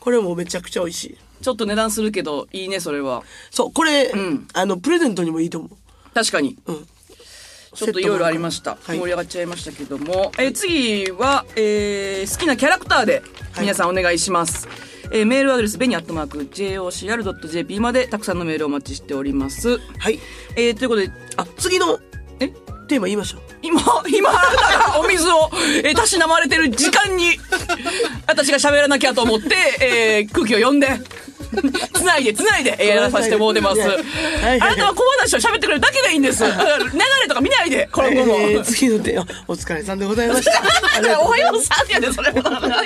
Speaker 5: これもめちゃくちゃ美味しい。
Speaker 4: ちょっと値段するけど、いいね、それは。
Speaker 5: そう、これ、
Speaker 4: ん
Speaker 5: あの、プレゼントにもいいと思う。
Speaker 4: 確かに。
Speaker 5: うん。
Speaker 4: ちょっといろいろありました。
Speaker 5: はい
Speaker 4: 盛り上がっちゃいましたけども。えー次は、えー好きなキャラクターで皆さんお願いします。えーメールアドレス、ベニアットマーク、jocr.jp までたくさんのメールをお待ちしております。
Speaker 5: はい。
Speaker 4: えーということで、
Speaker 5: あ、次の
Speaker 4: え
Speaker 5: テーマ言いましょう。
Speaker 4: 今、 <laughs> 今、あなたがお水を、えーたしなまれてる時間に、 <laughs> 私が喋らなきゃと思って、えー空気を読んで、 <laughs> つないで、つないで、えーやらさせてもうてます。
Speaker 5: はいはい
Speaker 4: あなたは小話を喋ってくれるだけでいいん
Speaker 5: <laughs>
Speaker 4: です。流れとか見ないで、この後も。
Speaker 5: えー、次のテーマ、お疲れさんでございました。ありがと
Speaker 4: <laughs> お
Speaker 5: ご
Speaker 4: は
Speaker 5: ざい
Speaker 4: よ
Speaker 5: ま
Speaker 4: うさんやで、それは。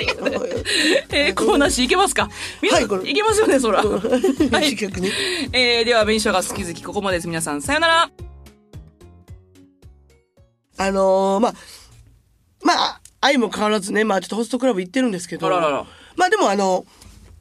Speaker 5: <laughs>
Speaker 4: えー、コーナーしいけますか皆さん、
Speaker 5: はいこれ
Speaker 4: いけますよね、そら。
Speaker 5: す。 <laughs>
Speaker 4: はい。
Speaker 5: 短くね。
Speaker 4: えー、では、弁償が好き好き、ここまでです。皆さん、さよなら。
Speaker 5: あのー、まあ、まあ、愛も変わらずね、まあちょっとホストクラブ行ってるんですけど、
Speaker 4: あららら
Speaker 5: まあでもあの、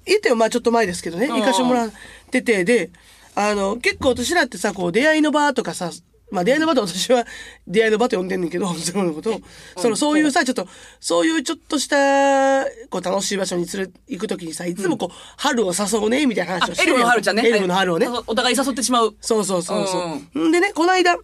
Speaker 5: 言ってもまあちょっと前ですけどね、
Speaker 4: ん
Speaker 5: 行かしてもらってて、で、あの、結構私らってさ、こう出会いの場とかさ、まあ出会いの場と私は出会いの場と呼んでんねんけど、そのことを。その、そういうさ、ちょっと、そういうちょっとした、こう楽しい場所に連れ、行くときにさ、いつもこう、春を誘うね、みたいな
Speaker 4: あ
Speaker 5: 話をし
Speaker 4: エ
Speaker 5: て
Speaker 4: ル
Speaker 5: る
Speaker 4: ム
Speaker 5: や
Speaker 4: の春ちゃんね
Speaker 5: エルムの春をね。
Speaker 4: はいお互い誘ってしまう
Speaker 5: そうそうそうそうう。んでね、この間、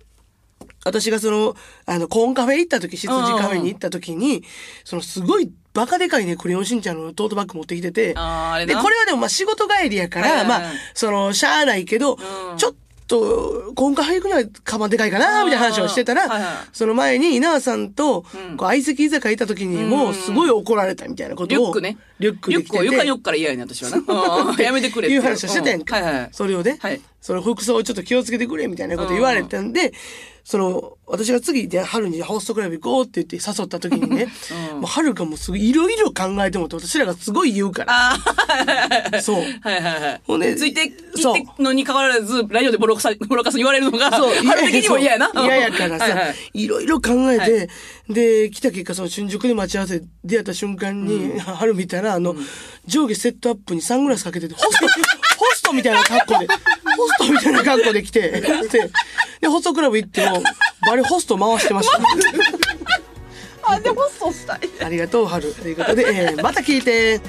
Speaker 5: 私がその、あの、コーンカフェ行った時、羊カフェに行った時に、そのすごいバカでかいね、クレヨンしんちゃんのトートバッグ持ってきてて、で、こ
Speaker 4: あーあれ
Speaker 5: れ
Speaker 4: な
Speaker 5: はでもまあ仕事帰りやか
Speaker 4: はいはい
Speaker 5: ら、
Speaker 4: はい
Speaker 5: まあ、その、しゃあないけど、ちょっと、コーンカフェ行くにはカバンでかいかな、みたいな話をしてた
Speaker 4: うんはいはい
Speaker 5: ら、その前に稲葉さんと、こう、相席居酒屋行った時にも、すごい怒られたみたいなこと
Speaker 4: リ
Speaker 5: を。
Speaker 4: ュックね
Speaker 5: リュックで
Speaker 4: リュ
Speaker 5: き
Speaker 4: ック
Speaker 5: てて
Speaker 4: を床に置くから嫌やね私は
Speaker 5: <laughs>
Speaker 4: なうんやめてくれって
Speaker 5: いう話をしてたやんか。
Speaker 4: うはいはい
Speaker 5: それをね、
Speaker 4: はい
Speaker 5: その服装をちょっと気をつけてくれみたいなこと言われたんで、その、私が次で春にホストクラブ行こうって言って誘った時にね、もう春がもうすごいいろいろ考えてもって私らがすごい言うから。
Speaker 4: あー <laughs>
Speaker 5: そう。
Speaker 4: はいはいはい
Speaker 5: ほんで
Speaker 4: ついていっ
Speaker 5: そう
Speaker 4: てのに変わらずラジオでボロクサボロカスに言われるのが <laughs>
Speaker 5: そう、
Speaker 4: 春的にも嫌やな
Speaker 5: そう嫌やから
Speaker 4: はいは
Speaker 5: さ
Speaker 4: い、
Speaker 5: いろいろ考えて、で、来た結果、その新宿で待ち合わせで出会った瞬間に、春見たら、あの、上下セットアップにサングラスかけてて、ホスト、 <laughs> ホストみたいな格好で、ホストみたいな格好で来て、で、でホストクラブ行っても、バレホスト回して
Speaker 4: <laughs>
Speaker 5: ました。
Speaker 2: あ、でもそうしたい。
Speaker 5: ありがとう、春。ということで、えーまた聞いて。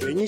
Speaker 3: 紅